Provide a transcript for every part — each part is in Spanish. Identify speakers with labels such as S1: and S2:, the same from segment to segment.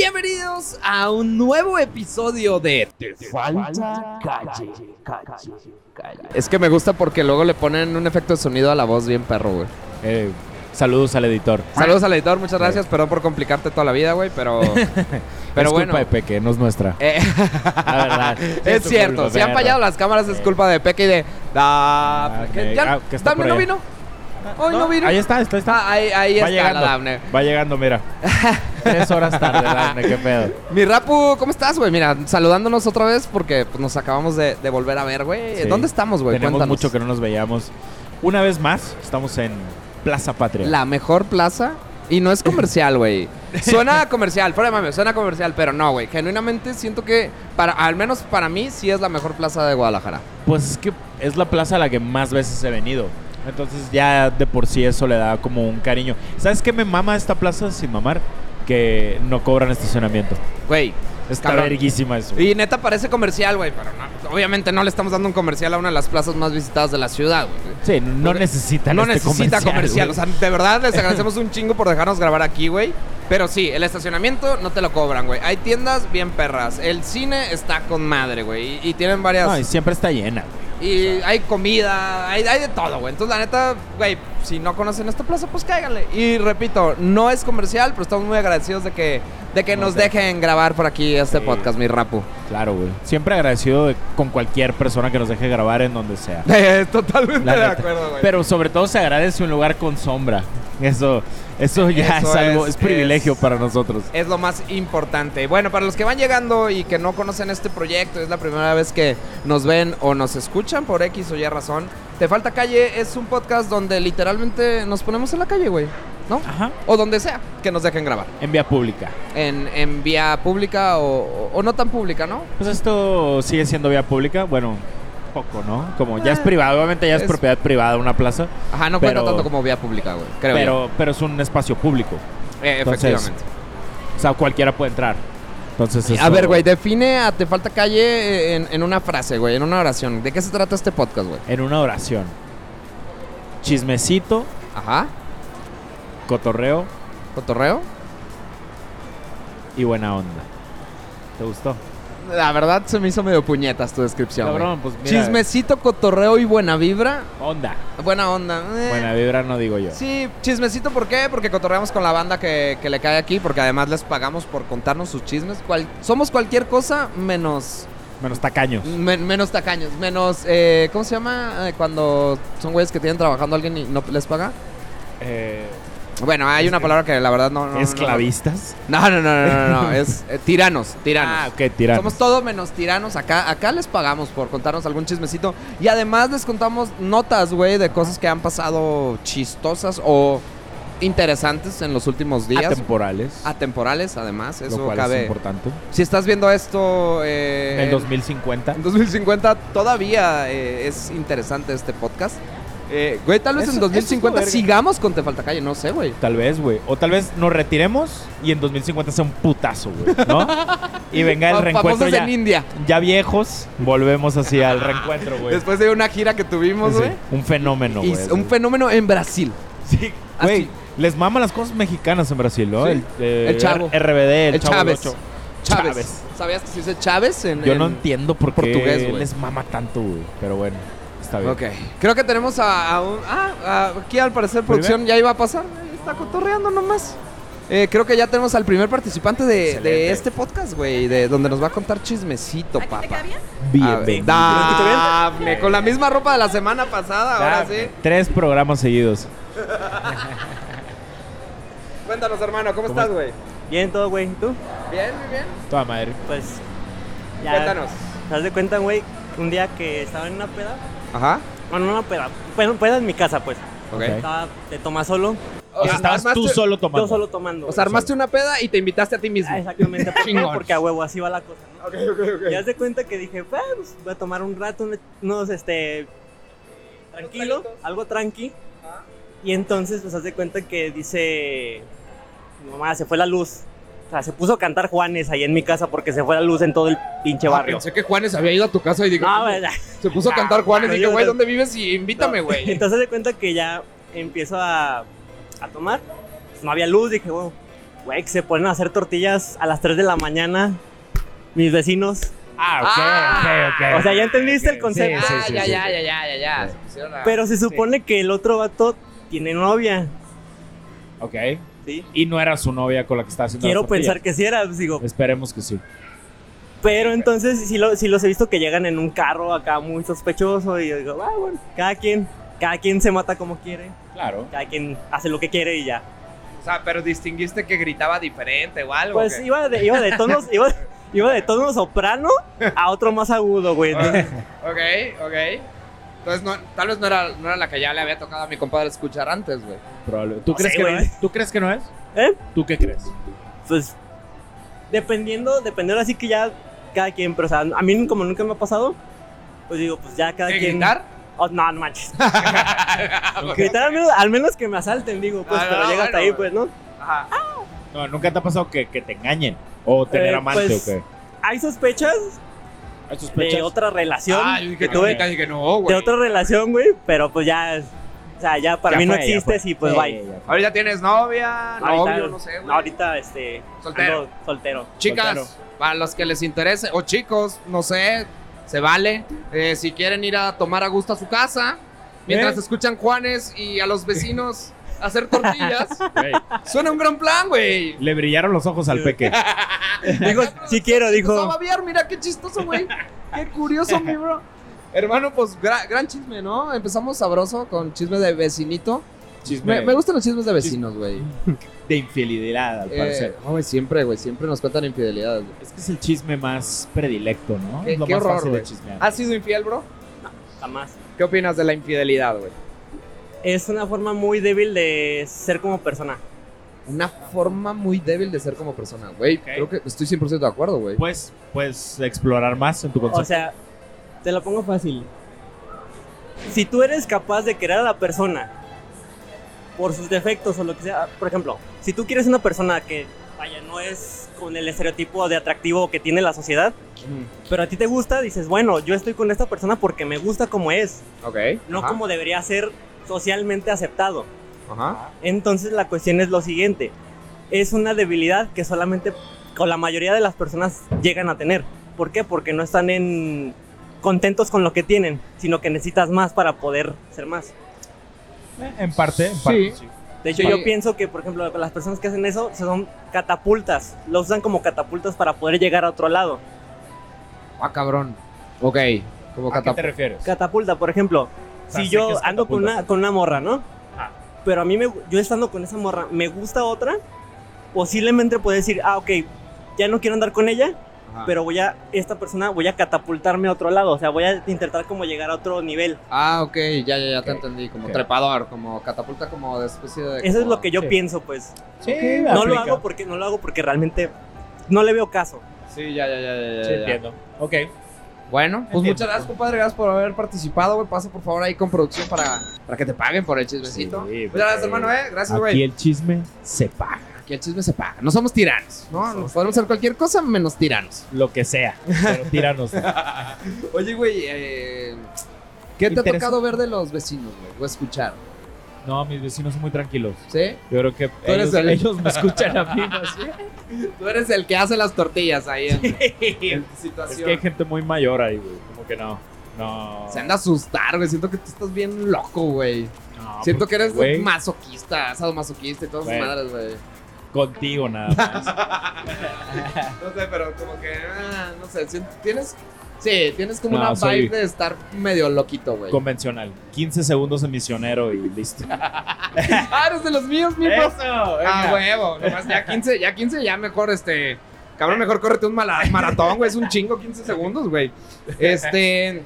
S1: Bienvenidos a un nuevo episodio de Te falta calle, calle, calle. Es que me gusta porque luego le ponen un efecto de sonido a la voz bien perro, güey.
S2: Eh, saludos al editor.
S1: Saludos al editor, muchas gracias. Perdón por complicarte toda la vida, güey, pero. Pero
S2: es
S1: bueno.
S2: culpa de Peque, no es nuestra.
S1: Eh,
S2: La verdad.
S1: es
S2: tu
S1: cierto,
S2: culpa,
S1: si han
S2: perro.
S1: fallado las cámaras es culpa de Peque y de. Ah, ¿qué-
S2: ok.
S1: ya-
S2: Ah, que está
S1: Dame,
S2: por
S1: no
S2: allá.
S1: vino. Hoy no, vino.
S2: Ahí está, está, está.
S1: Ah, ahí, ahí
S2: va
S1: está
S2: llegando.
S1: la Dafne.
S2: Va llegando, mira. Tres horas tarde, Dafne, qué pedo.
S1: Mi Rapu, ¿cómo estás, güey? Mira, saludándonos otra vez porque pues, nos acabamos de, de volver a ver, güey.
S2: Sí.
S1: ¿Dónde estamos, güey?
S2: Tenemos
S1: Cuéntanos.
S2: mucho que no nos veíamos. Una vez más, estamos en Plaza Patria.
S1: La mejor plaza. Y no es comercial, güey. Suena comercial, fuera de mame, suena comercial, pero no, güey. Genuinamente siento que, para, al menos para mí, sí es la mejor plaza de Guadalajara.
S2: Pues es que es la plaza a la que más veces he venido. Entonces ya de por sí eso le da como un cariño. ¿Sabes qué me mama esta plaza sin mamar? Que no cobran estacionamiento.
S1: Güey.
S2: Está
S1: Cabrón.
S2: verguísima eso.
S1: Y neta parece comercial, güey, pero no, obviamente no le estamos dando un comercial a una de las plazas más visitadas de la ciudad, güey.
S2: Sí, no necesitan
S1: No
S2: este
S1: necesita comercial,
S2: güey.
S1: o sea, de verdad les agradecemos un chingo por dejarnos grabar aquí, güey. Pero sí, el estacionamiento no te lo cobran, güey. Hay tiendas bien perras. El cine está con madre, güey. Y, y tienen varias.
S2: No, y siempre está llena, güey.
S1: y hay comida, hay, hay de todo, güey. Entonces, la neta, güey, si no conocen esta plaza, pues cáiganle. Y repito, no es comercial, pero estamos muy agradecidos de que, de que
S2: No
S1: nos
S2: sé.
S1: dejen grabar por aquí este
S2: Sí.
S1: podcast, mi rapu.
S2: Claro, güey. Siempre agradecido de- con cualquier persona que nos deje grabar en donde sea.
S1: Totalmente
S2: La
S1: de
S2: neta.
S1: acuerdo, güey.
S2: Pero sobre todo se agradece un lugar con sombra. Eso, eso ya
S1: Eso
S2: es algo,
S1: es-
S2: es, privilegio
S1: es-
S2: para nosotros.
S1: es lo más importante. Bueno, para los que van llegando y que no conocen este proyecto, es la primera vez que nos ven o nos escuchan por X o Y razón. Te falta calle es un podcast donde literalmente nos ponemos en la calle, güey, ¿no?
S2: Ajá.
S1: O donde sea que nos dejen grabar.
S2: En vía pública.
S1: En, en vía pública o, o- o no tan pública, ¿no?
S2: Pues esto sigue siendo vía pública. Bueno, poco, ¿no? Como ya es
S1: Eh,
S2: privado, obviamente ya es,
S1: es-
S2: propiedad privada una plaza.
S1: Ajá, no
S2: Pero-
S1: cuenta tanto como vía pública, güey. Creo yo.
S2: Pero, pero es un espacio público.
S1: Eh,
S2: entonces,
S1: efectivamente.
S2: O sea, cualquiera puede entrar. Entonces,
S1: A
S2: eso-
S1: ver, güey, define a Te Falta Calle en, en una frase, güey, en una oración. ¿De qué se trata este podcast, güey?
S2: En una oración. Chismecito,
S1: Ajá,
S2: cotorreo
S1: cotorreo.
S2: y buena onda. ¿Te gustó?
S1: La verdad se me hizo medio puñetas tu descripción. güey.
S2: Cabrón, pues mira.
S1: Chismecito, cotorreo y buena vibra.
S2: Onda.
S1: Buena onda. eh.
S2: Buena vibra no digo yo.
S1: Sí, chismecito, ¿por qué? Porque cotorreamos con la banda que, que le cae aquí, porque además les pagamos por contarnos sus chismes. Cual- somos cualquier cosa menos
S2: Menos tacaños.
S1: men- menos tacaños, menos... eh, ¿Cómo se llama eh, cuando son güeyes que tienen trabajando a alguien y no les paga?
S2: Eh,
S1: Bueno, hay una palabra que la verdad no... no- no-
S2: Esclavistas.
S1: No, no, no, no, no, no, es eh, tiranos, tiranos.
S2: Ah, ok, tiranos.
S1: Somos todo menos tiranos. Acá, acá les pagamos por contarnos algún chismecito. Y además les contamos notas, güey, de cosas que han pasado chistosas o interesantes en los últimos días.
S2: atemporales.
S1: Atemporales, además. Ah, Eso
S2: lo cual es
S1: cabe.
S2: importante.
S1: si estás viendo esto eh,
S2: en 2050.
S1: en 2050, todavía eh, es interesante este podcast. Eh, güey, tal vez
S2: Eso-
S1: en
S2: eso es lo
S1: 2050
S2: verga.
S1: sigamos con Te Falta Calle, no sé, güey.
S2: Tal vez, güey. O tal vez nos retiremos y en 2050 sea un putazo, güey. ¿No? y venga el
S1: Fa-
S2: reencuentro
S1: famosos
S2: ya,
S1: en India.
S2: ya viejos. Volvemos así al reencuentro, güey.
S1: Después de una gira que tuvimos,
S2: Sí,
S1: güey.
S2: un fenómeno,
S1: y
S2: güey.
S1: un
S2: así.
S1: fenómeno en Brasil.
S2: Sí, güey.
S1: Así.
S2: Les maman las cosas mexicanas en Brasil, ¿no?
S1: Sí.
S2: El, eh,
S1: El Chavo.
S2: RBD, el,
S1: El
S2: Chavo del
S1: Chávez.
S2: Ocho.
S1: Chávez.
S2: Chávez.
S1: ¿Sabías que se dice Chávez en
S2: Yo no
S1: en-
S2: entiendo por qué
S1: portugués, güey.
S2: les mama tanto, güey. Pero bueno, está bien.
S1: Ok. Creo que tenemos a, a un. Ah, ah, aquí al parecer producción ya iba a pasar. Está cotorreando nomás. Eh, creo que ya tenemos al primer participante de,
S2: Excelente.
S1: de este podcast, güey, de donde nos va a contar chismecito,
S3: ¿A ti te
S1: papá.
S3: cae bien?
S1: A ver,
S2: Bienvenido.
S4: Ah,
S1: Dafne, con la misma ropa de la semana pasada, ahora sí.
S2: Tres programas seguidos.
S1: Cuéntanos, hermano, ¿cómo,
S2: ¿Cómo
S1: estás,
S2: es?
S1: güey?
S4: Bien, todo, güey. ¿Y tú?
S1: Bien, muy bien.
S2: Toda madre.
S4: Pues. Ya,
S1: Cuéntanos.
S4: ¿Te de cuenta, güey? Un día que estaba en una peda.
S1: Ajá.
S4: Bueno, no una peda. Bueno, peda en mi casa, pues.
S1: Ok.
S2: Ok.
S4: Estaba de toma solo.
S1: O sea,
S2: estabas tú
S1: armaste-
S2: solo tomando.
S4: Yo solo tomando.
S1: O sea, pues, armaste una peda y te invitaste a ti mismo.
S4: Ah, exactamente. ¿Por qué?
S1: Chingón.
S4: Porque a huevo así va la cosa, ¿no?
S1: Ok, ok, ok.
S4: Ya haz de cuenta que dije, "Ah, pues voy a tomar un rato, un- unos, este. Tranquilo,
S1: traguitos.
S4: algo tranqui.
S1: Ajá.
S4: Y entonces, pues, haz de cuenta que dice. mi Mamá, se fue la luz. O sea, se puso a cantar Juanes ahí en mi casa porque se fue la luz en todo el pinche
S1: Ah,
S4: barrio.
S1: pensé que Juanes había ido a tu casa y dije,
S4: No, güey,
S1: se puso a
S4: no,
S1: cantar Juanes.
S4: no,
S1: Dije,
S4: yo-
S1: güey, ¿dónde vives? Y invítame, güey.
S4: Entonces de cuenta que ya empiezo a, a tomar. Pues, no había luz, dije, wow, Güey, que se ponen a hacer tortillas a las 3 de la mañana, mis vecinos.
S3: Ah, ok,
S1: Ah,
S3: ok, ok.
S4: o sea, ya entendiste el concepto.
S3: Sí,
S1: ah,
S3: sí,
S1: ya,
S3: sí,
S1: ya,
S3: sí.
S1: ya, ya, ya, ya, Se pusieron a-
S4: Pero se supone que el otro vato tiene novia.
S2: Ok.
S4: ¿sí?
S2: Y no era su novia con la que estaba haciendo
S4: Quiero
S2: las tortillas.
S4: pensar que sí era, pues, digo.
S2: Esperemos que sí.
S4: Pero entonces sí, lo- sí los he visto que llegan en un carro acá muy sospechoso y yo digo, ah, bueno, cada quien, cada quien se mata como quiere,
S2: Claro.
S4: cada quien hace lo que quiere y ya.
S3: O sea, pero distinguiste que gritaba diferente o algo.
S4: Pues
S3: ¿o qué?
S4: iba de, iba de tonos, iba, iba de tono soprano a otro más agudo, güey.
S1: Ah,
S4: Entonces,
S1: Ok, ok. Entonces, no, tal vez no era, no era la que ya le había tocado a mi compadre escuchar antes, güey.
S2: Probable. ¿Tú
S4: No
S2: crees
S4: sé,
S2: que no
S4: güey.
S2: es? ¿Tú crees que no es?
S4: ¿eh?
S2: ¿Tú qué crees?
S4: Pues dependiendo, dependiendo así que ya cada quien, pero o sea, a mí como nunca me ha pasado, pues digo, pues ya cada
S1: ¿De
S4: quien.
S1: gritar?
S4: Oh, no, no manches. Gritar al menos, al menos que me asalten, digo, pues,
S1: Ah,
S4: pero
S1: no,
S4: llega hasta
S1: bueno,
S4: ahí, pues, ¿no?
S1: Ajá.
S2: No, nunca te ha pasado que, que te engañen o tener
S4: Eh,
S2: amante
S4: pues,
S2: o qué.
S4: Hay sospechas
S2: ¿Hay
S4: de
S2: sospechas?
S4: otra relación.
S1: Ah, yo dije,
S4: que
S1: tú
S4: tuve,
S1: dije que no,
S4: de
S1: güey.
S4: otra relación, güey, pero pues ya, o sea, ya para
S2: Ya
S4: mí no
S2: fue, ya
S4: existes
S2: fue.
S4: y pues
S2: Sí,
S4: bye.
S2: ya fue.
S1: Ahorita tienes novia, novio,
S4: Ahorita,
S1: Ah, no sé, güey.
S4: no, ahorita, este,
S1: Soltero.
S4: ando soltero.
S1: Chicas,
S2: Soltero.
S1: para los que les interese, o chicos, no sé, se vale. Eh, si quieren ir a tomar a gusto a su casa, mientras
S2: ¿Eh?
S1: escuchan Juanes y a los vecinos hacer tortillas,
S2: Güey,
S1: suena un gran plan, güey.
S2: Le brillaron los ojos al peque.
S4: Dijo, sí quiero,
S1: Empezó a
S4: dijo.
S1: babear, mira qué chistoso, güey. Qué curioso, mi bro. Hermano, pues gra- gran chisme, ¿no? Empezamos sabroso con chisme de vecinito.
S2: Chisme
S1: Me, me gustan los chismes de vecinos, güey.
S2: de infidelidad, al
S1: Eh,
S2: parecer.
S1: no, güey, siempre, güey, siempre nos cuentan infidelidades. güey.
S2: Es que es el chisme más predilecto, ¿no?
S1: Qué-
S2: es lo
S1: qué
S2: más
S1: horror,
S2: fácil de
S1: güey. Ah,
S2: chismear.
S1: ¿Has sido infiel, bro?
S4: Jamás.
S1: ¿Qué opinas de la infidelidad, güey?
S4: Es una forma muy débil de ser como persona.
S1: Una forma muy débil de ser como persona, güey.
S2: Ok.
S1: Creo que estoy 100% de acuerdo, güey.
S2: Pues, puedes explorar más en tu concepto.
S4: O sea, te lo pongo fácil. Si tú eres capaz de querer a la persona por sus defectos o lo que sea, por ejemplo, si tú quieres una persona que, vaya, no es con el estereotipo de atractivo que tiene la sociedad,
S1: Mm,
S4: pero a ti te gusta, dices, bueno, yo estoy con esta persona porque me gusta como es,
S1: Ok.
S4: no
S1: Ajá,
S4: como debería ser socialmente aceptado.
S1: Ajá.
S4: Entonces la cuestión es lo siguiente, es una debilidad que solamente con la mayoría de las personas llegan a tener. ¿Por qué? Porque no están en contentos con lo que tienen, sino que necesitas más para poder ser más.
S2: Eh, en parte, en
S1: Sí.
S2: parte. sí.
S4: De hecho,
S1: Sí.
S4: yo pienso que, por ejemplo, las personas que hacen eso son catapultas, lo usan como catapultas para poder llegar a otro lado.
S1: Ah, cabrón. Ok. Como
S2: ¿A qué
S1: catap-
S2: te refieres?
S4: Catapulta, por ejemplo,
S2: sea,
S4: si
S2: sé que
S4: yo
S2: es
S4: ando con
S2: catapulta.
S4: una, con una morra, ¿no?
S2: Ah.
S4: Pero a mí, me, yo estando con esa morra, me gusta otra, posiblemente puedo decir, ah, ok, ya no quiero andar con ella,
S1: Ajá.
S4: pero voy a, esta persona, voy a catapultarme a otro lado, o sea, voy a intentar como llegar a otro nivel.
S1: Ah, ok. Ya, ya, ya te
S2: Ok.
S1: entendí. Como
S2: Ok.
S1: trepador, como catapulta, como de especie de.
S4: Eso es
S1: como-
S4: lo que yo
S2: Sí.
S4: pienso, pues.
S2: Sí,
S4: No lo,
S2: aplica.
S4: hago porque, no lo hago porque realmente no le veo caso.
S1: Sí, ya, ya, ya, ya, ya,
S2: Sí,
S1: ya.
S2: entiendo. Ok.
S1: Bueno, pues
S2: Entiendo.
S1: muchas gracias, compadre. Gracias por haber participado, güey. Pasa por favor ahí con producción para, para que te paguen por el chismecito.
S2: Sí,
S1: muchas gracias,
S2: porque
S1: hermano, eh. Gracias,
S2: Aquí
S1: güey.
S2: el chisme se paga.
S1: Aquí el chisme se paga. No somos tiranos, ¿no?
S2: somos
S1: Podemos ser cualquier cosa menos tiranos.
S2: Lo que sea. Pero tíranos.
S1: Oye, güey, eh, ¿qué te ha
S2: Interesante.
S1: tocado ver de los vecinos, güey? O escuchar,
S2: no, mis vecinos son muy tranquilos.
S1: ¿sí?
S2: Yo creo que
S1: eres
S2: ellos,
S1: el-
S2: ellos me escuchan a mí más bien.
S1: Tú eres el que hace las tortillas ahí en, en tu
S2: Es
S1: situación.
S2: que hay gente muy mayor ahí, güey. Como que no. No.
S1: Se anda a asustar, güey. Siento que tú estás bien loco, güey.
S2: No,
S1: Siento
S2: porque,
S1: que eres
S2: güey,
S1: masoquista, sadomasoquista y todas esas
S2: Güey.
S1: madres, güey.
S2: Contigo nada más.
S1: No sé, pero como que, ah, no sé, siento- tienes... Sí, tienes como
S2: No,
S1: una
S2: soy-
S1: vibe de estar medio loquito, güey.
S2: Convencional. 15 segundos de misionero y listo.
S1: Ah, eres de los míos, mi bro. Ah,
S2: venga.
S1: huevo. Nomás ya 15, ya 15, ya mejor este. Cabrón, mejor córrete un mala- maratón, güey. Es un chingo 15 segundos, güey. Este.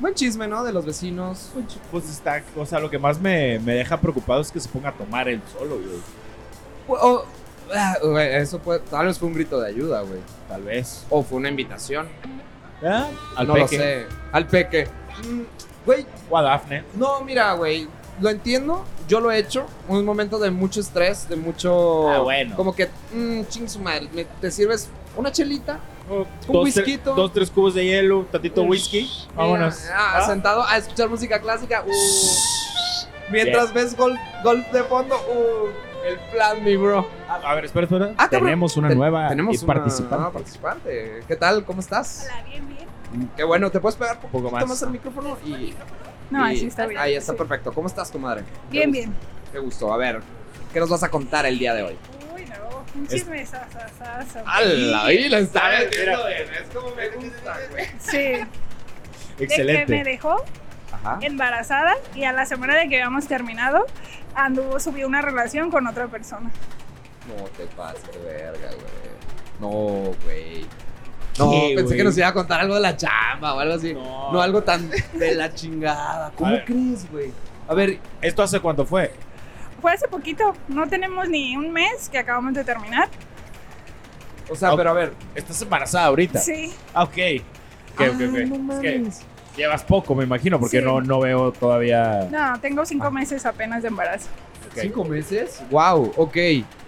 S1: Buen chisme, ¿no? De los vecinos.
S2: Pues está, o sea, lo que más me, me deja preocupado es que se ponga a tomar él solo, güey.
S1: O- o- ah, güey, eso puede, tal vez fue un grito de ayuda, güey.
S2: Tal vez.
S1: O fue una invitación.
S2: ¿Ah? Al
S1: no
S2: peque.
S1: lo sé. Al peque. Mm, Güey,
S2: O a Dafne.
S1: no, mira, güey. Lo entiendo, yo lo he hecho. Un momento de mucho estrés, de mucho.
S2: Ah, bueno.
S1: Como que, mmm, ching su madre. me- te sirves una chelita,
S2: Dos, tre-
S1: Oh, whisky.
S2: dos, tres cubos de hielo, tantito whisky. Vámonos.
S1: Mira, ah,
S2: ¿Ah?
S1: Sentado a escuchar música clásica. uh, mientras ves gol- golf de fondo. uh, El plan, mi bro.
S2: A ver, espera, espera.
S1: Ah, cabrón.
S2: tenemos una
S1: Te-
S2: nueva
S1: tenemos
S2: y
S1: una
S2: participante.
S1: nueva participante. ¿Qué tal? ¿Cómo estás?
S5: Hola, bien, bien.
S1: Qué bueno, ¿te puedes pegar un
S2: Poco
S1: poco
S2: más.
S1: más, el micrófono? Y,
S5: No,
S1: y-
S5: así está bien.
S1: Ahí Ah, está
S5: Sí.
S1: perfecto. ¿Cómo estás, comadre?
S5: Bien,
S1: Qué gusto-
S5: bien.
S1: Qué gusto. A ver, ¿qué nos vas a contar el día de hoy?
S5: Uy, no, un chisme sasa, sasa.
S1: Ah. ¡Hala! Ahí la está
S3: ¿Sabes?
S1: metiendo.
S3: Mira, Es como me gusta, güey.
S5: Sí, de que me
S2: Excelente.
S5: dejó
S1: Ajá.
S5: embarazada y a la semana de que habíamos terminado, anduvo, subió una relación con otra persona.
S1: No te pases de verga, güey. No, güey. No,
S2: ¿Qué,
S1: pensé
S2: güey?
S1: que nos iba a contar algo de la chamba o algo así. No,
S2: No.
S1: algo tan de la chingada.
S2: A
S1: ¿Cómo
S2: ver.
S1: crees, güey? A ver,
S2: ¿Esto hace cuánto fue?
S5: Fue hace poquito, no tenemos ni un mes que acabamos de terminar.
S1: o sea,
S2: Ah,
S1: pero a ver.
S2: Estás embarazada ahorita.
S5: Sí,
S2: Ah, ok. Ok, ok, ok.
S1: Ah, no
S2: Es que
S1: mames.
S2: llevas poco, me imagino, porque
S5: Sí.
S2: no, no veo todavía.
S5: no, tengo cinco
S2: Ah.
S5: meses apenas de embarazo.
S2: Ok.
S1: ¿Cinco meses? Wow, ok.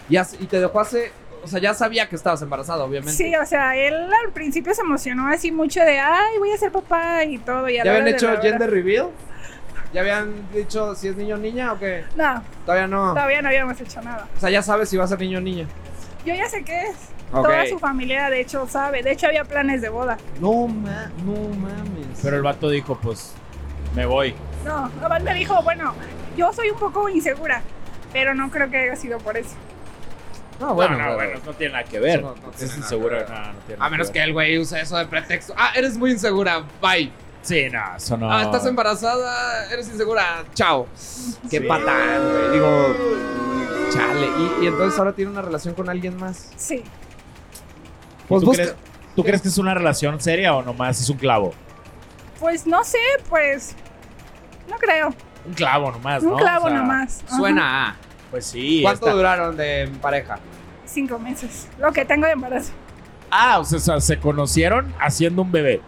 S1: Y, has- y te dejó hace. O sea, ya sabía que estabas embarazada, obviamente.
S5: Sí, o sea, él al principio se emocionó así mucho de, ay, voy a ser papá y todo. Y
S1: ¿Ya
S5: a la
S1: habían
S5: hora de
S1: hecho
S5: la hora-
S1: gender reveal? ¿Ya habían dicho si es niño o niña o qué?
S5: No,
S1: Todavía no.
S5: todavía no habíamos hecho nada.
S1: O sea, ya sabes si va a ser niño o niña.
S5: Yo ya sé qué es.
S1: Ok.
S5: Toda su familia, de hecho, sabe. De hecho, había planes de boda.
S1: No, ma- no mames.
S2: Pero el vato dijo, pues, me voy.
S5: No, Abad me dijo, bueno, yo soy un poco insegura, pero no creo que haya sido por eso.
S1: No, Ah, bueno,
S2: no, no,
S1: pero-
S2: bueno, no tiene nada que ver.
S1: Eso no- no tiene
S2: es
S1: nada
S2: inseguro.
S1: que ver.
S2: no, no tiene
S1: A
S2: nada
S1: menos que
S2: ver.
S1: el güey use eso de pretexto. Ah, eres muy insegura. Bye.
S2: Sí, no, eso no.
S1: Ah, estás embarazada. Eres insegura. Chao. Qué
S2: Sí.
S1: patán, güey. Digo, chale. Y, y entonces ahora tiene una relación con alguien más.
S5: Sí.
S1: Pues
S2: ¿Tú,
S1: busca-
S2: crees, tú crees que es una relación seria o nomás es un clavo?
S5: Pues no sé, pues. No creo.
S2: Un clavo nomás,
S5: Un
S2: ¿no?
S5: clavo
S2: O sea,
S5: nomás. Ajá.
S1: Suena a.
S2: Pues sí.
S1: ¿Cuánto
S2: está-
S1: duraron de pareja?
S5: Cinco meses. Lo que tengo de embarazo.
S2: Ah, o sea, o sea, se conocieron haciendo un bebé.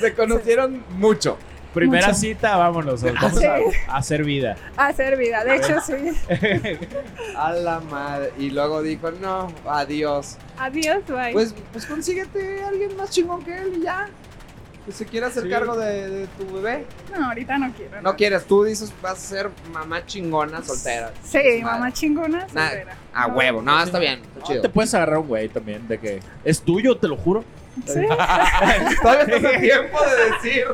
S1: Se conocieron mucho. Ah,
S2: Primera
S5: Mucho.
S2: cita, vámonos. Vamos
S5: Sí.
S2: a, a hacer vida.
S5: Hacer vida. De hecho, sí.
S1: A la madre. Y luego dijo, no, adiós.
S5: Adiós, bye.
S1: Pues, pues consíguete a alguien más chingón que él y ya. Que se quiera hacer
S2: Sí.
S1: cargo de, de tu bebé.
S5: no, ahorita no quiero.
S1: No quieres, tú dices, vas a ser mamá chingona soltera.
S5: Sí,
S1: Madre.
S5: mamá chingona.
S1: Nah,
S5: soltera.
S1: A
S5: No.
S1: huevo, no, está bien, está
S2: No,
S1: chido.
S2: te puedes agarrar un güey también de que es tuyo, te lo juro.
S5: Sí.
S1: Todavía estás a tiempo de decir.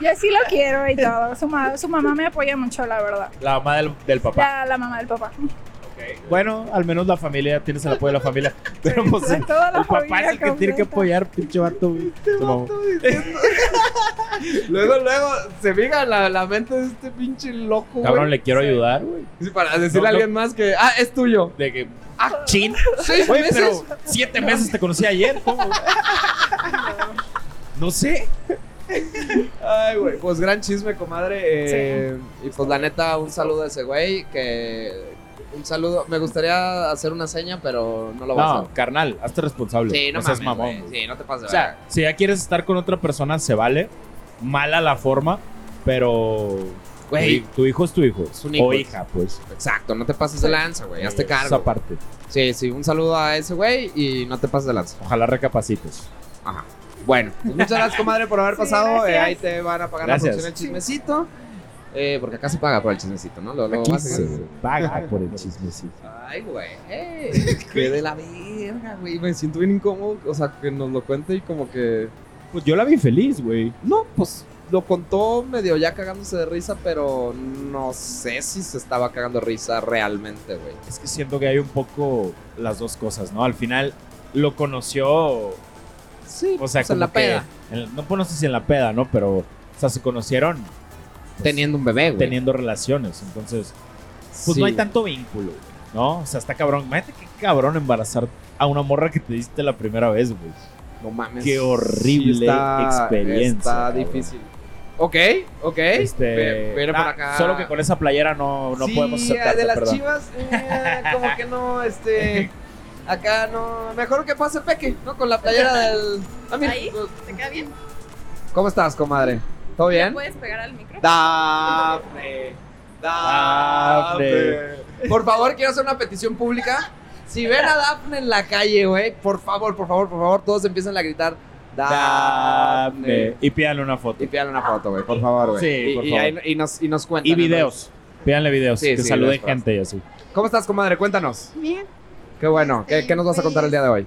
S5: Yo sí lo quiero y todo. Su, ma- su mamá me apoya mucho, la verdad.
S2: La mamá del, del papá.
S5: La, la mamá del papá.
S2: Bueno, al menos la familia, tienes el apoyo de la familia. Pero pues
S5: De
S2: el,
S5: toda la
S2: el papá es el que
S5: familia
S2: tiene que
S5: completa.
S2: apoyar, pinche vato. güey.
S1: Este
S2: Su mamá.
S1: luego, luego se fija la, la mente de este pinche loco,
S2: Cabrón,
S1: güey.
S2: le quiero
S5: Sí.
S2: ayudar, güey.
S1: Sí, Para decirle
S2: No,
S1: a alguien más que, ah, es tuyo.
S2: De que,
S1: Ah,
S2: chin.
S1: seis
S2: Güey,
S1: meses.
S2: pero siete meses te conocí ayer. ¿cómo? No sé.
S1: Ay, güey, pues gran chisme, comadre. eh, Y pues la neta, un saludo a ese güey. Que un saludo. Me gustaría hacer una seña, pero no lo voy a
S2: No,
S1: hacer.
S2: carnal, hazte responsable.
S1: Sí, no,
S2: seas
S1: mames,
S2: mamón.
S1: güey,
S2: güey.
S1: Sí, no te pases de
S2: O sea,
S1: verga.
S2: si ya quieres estar con otra persona, se vale. Mala la forma, pero.
S1: Güey.
S2: Tu, tu hijo es tu hijo.
S1: un hijo.
S2: O hija, pues.
S1: Exacto, no te pases de lanza, güey. Hazte
S2: Eh,
S1: cargo.
S2: Esa parte.
S1: Sí, sí, un saludo a ese güey y no te pases de lanza.
S2: Ojalá recapacites.
S1: Ajá. Bueno, pues muchas gracias, comadre, por haber
S5: Sí,
S1: pasado. eh,
S5: gracias.
S1: ahí te van a pagar
S2: Gracias.
S1: la producción del chismecito. Eh, porque acá se paga por el chismecito, ¿no? Lo, lo
S2: Aquí
S1: vas a-
S2: se paga por el chismecito.
S1: Ay, güey. Qué de la verga, güey. Me siento bien incómodo. O sea, que nos lo cuente y como que.
S2: Pues yo la vi feliz, güey.
S1: No, pues lo contó medio ya cagándose de risa, pero no sé si se estaba cagando de risa realmente, güey.
S2: Es que siento que hay un poco las dos cosas, ¿no? Al final lo conoció
S1: Sí,
S2: O sea,
S1: pues, en la
S2: como que-
S1: peda.
S2: en- no, pues, no sé si en la peda, ¿no? Pero, o sea, se conocieron pues,
S1: Teniendo un bebé, güey.
S2: teniendo relaciones. Entonces, pues
S1: Sí,
S2: no hay
S1: güey.
S2: tanto vínculo, güey, ¿no? O sea, está cabrón. Imagínate qué cabrón embarazar a una morra que te diste la primera vez, güey.
S1: No mames.
S2: Qué horrible experiencia,
S1: Está
S2: cabrón.
S1: difícil. Ok, ok.
S2: Este,
S1: Ve- viene por
S2: ah,
S1: acá.
S2: Solo que con esa playera no, no
S1: sí,
S2: podemos aceptarte,
S1: de las
S2: perdón.
S1: chivas, eh, como que no, este. Acá no. Mejor que pase Peque, ¿no? Con la playera del. Ah, mira,
S6: Ahí.
S1: pues,
S6: ¿Te queda bien?
S1: ¿Cómo estás, comadre? ¿Todo
S6: ¿Le
S1: bien?
S6: puedes pegar al micro?
S1: Dafne. Dafne. Por favor, quiero hacer una petición pública. Si ven a Dafne en la calle, güey, por favor, por favor, por favor, todos empiezan a gritar.
S2: Dame. Y pídanle una foto.
S1: Y pídale una foto, güey, por favor, güey.
S2: Sí,
S1: y,
S2: por
S1: y
S2: favor.
S1: ahí- y nos, y nos cuentan.
S2: Y videos. Pídanle videos.
S1: Sí,
S2: que
S1: sí,
S2: saluden
S1: después.
S2: gente y así.
S1: ¿Cómo estás, comadre? Cuéntanos.
S6: Bien,
S1: Qué bueno. ¿Qué,
S6: Este,
S1: qué nos vas a contar el día de hoy?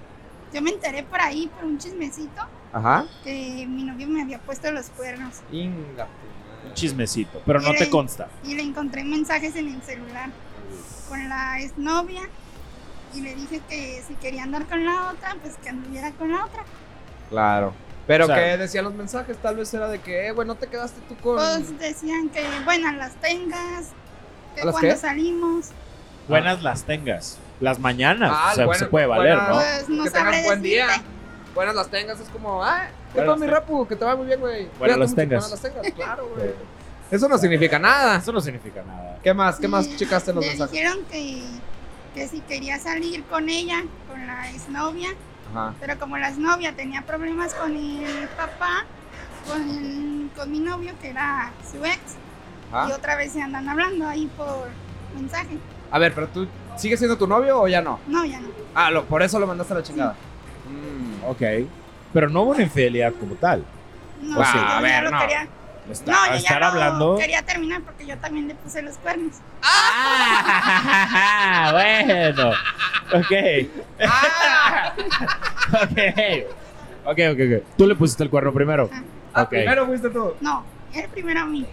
S6: yo me enteré por ahí, por un chismecito,
S1: Ajá.
S6: que mi novio me había puesto los cuernos
S2: Un chismecito. Pero no te
S6: Miren.
S2: consta.
S6: y le encontré mensajes en el celular con la exnovia y le dije que si quería andar con la otra, pues que anduviera con la otra.
S1: Claro. Pero
S2: O sea-
S1: que decían los mensajes, tal vez era de que, eh, güey, no te quedaste tú con.
S6: Pues decían que, bueno, las tengas, que
S1: ¿A las
S6: cuando
S1: qué?
S6: salimos,
S2: Buenas las tengas. Las mañanas.
S1: Ah,
S2: o sea,
S1: buena-
S2: se puede valer,
S1: buena-
S2: ¿no?
S6: pues no
S1: que
S6: sabré
S1: tengas buen
S6: decirte.
S1: día. Buenas las tengas, es como, ah, ¿qué
S2: Buenas
S1: tal mi
S2: las
S1: rapu? Que te va muy bien, güey. Cuídate
S2: Buenas las
S1: mucho,
S2: tengas.
S1: Buenas las tengas, claro, güey. Eso no significa nada.
S2: Eso no significa nada.
S1: ¿Qué más? ¿Qué más
S6: Y
S1: checaste en los
S6: le
S1: mensajes?
S6: dijeron que, que si quería salir con ella, con la exnovia,
S1: Ajá.
S6: Pero como las novias tenía problemas con el papá, con, el- con mi novio que era su ex, y
S1: Ajá.
S6: otra vez se andan hablando ahí por mensaje.
S1: A ver, pero tú, ¿sigues siendo tu novio o ya no?
S6: No, ya no.
S1: Ah, lo- por eso lo mandaste a la chingada. Mm,
S2: Ok. Pero no hubo una infidelidad como tal.
S6: No,
S1: Pues sí.
S6: yo
S1: A
S6: ya
S1: ver,
S6: lo
S1: no.
S6: quería.
S2: Está-
S6: no, yo ya
S2: estar
S6: lo
S2: hablando.
S6: quería terminar porque yo también le puse los cuernos.
S2: Ah, bueno. Ok.
S6: Ah.
S2: ok. Ok, ok, ok. Tú le pusiste el cuerno primero.
S1: Ah,
S2: Ok.
S1: primero fuiste tú.
S6: No, él primero a mí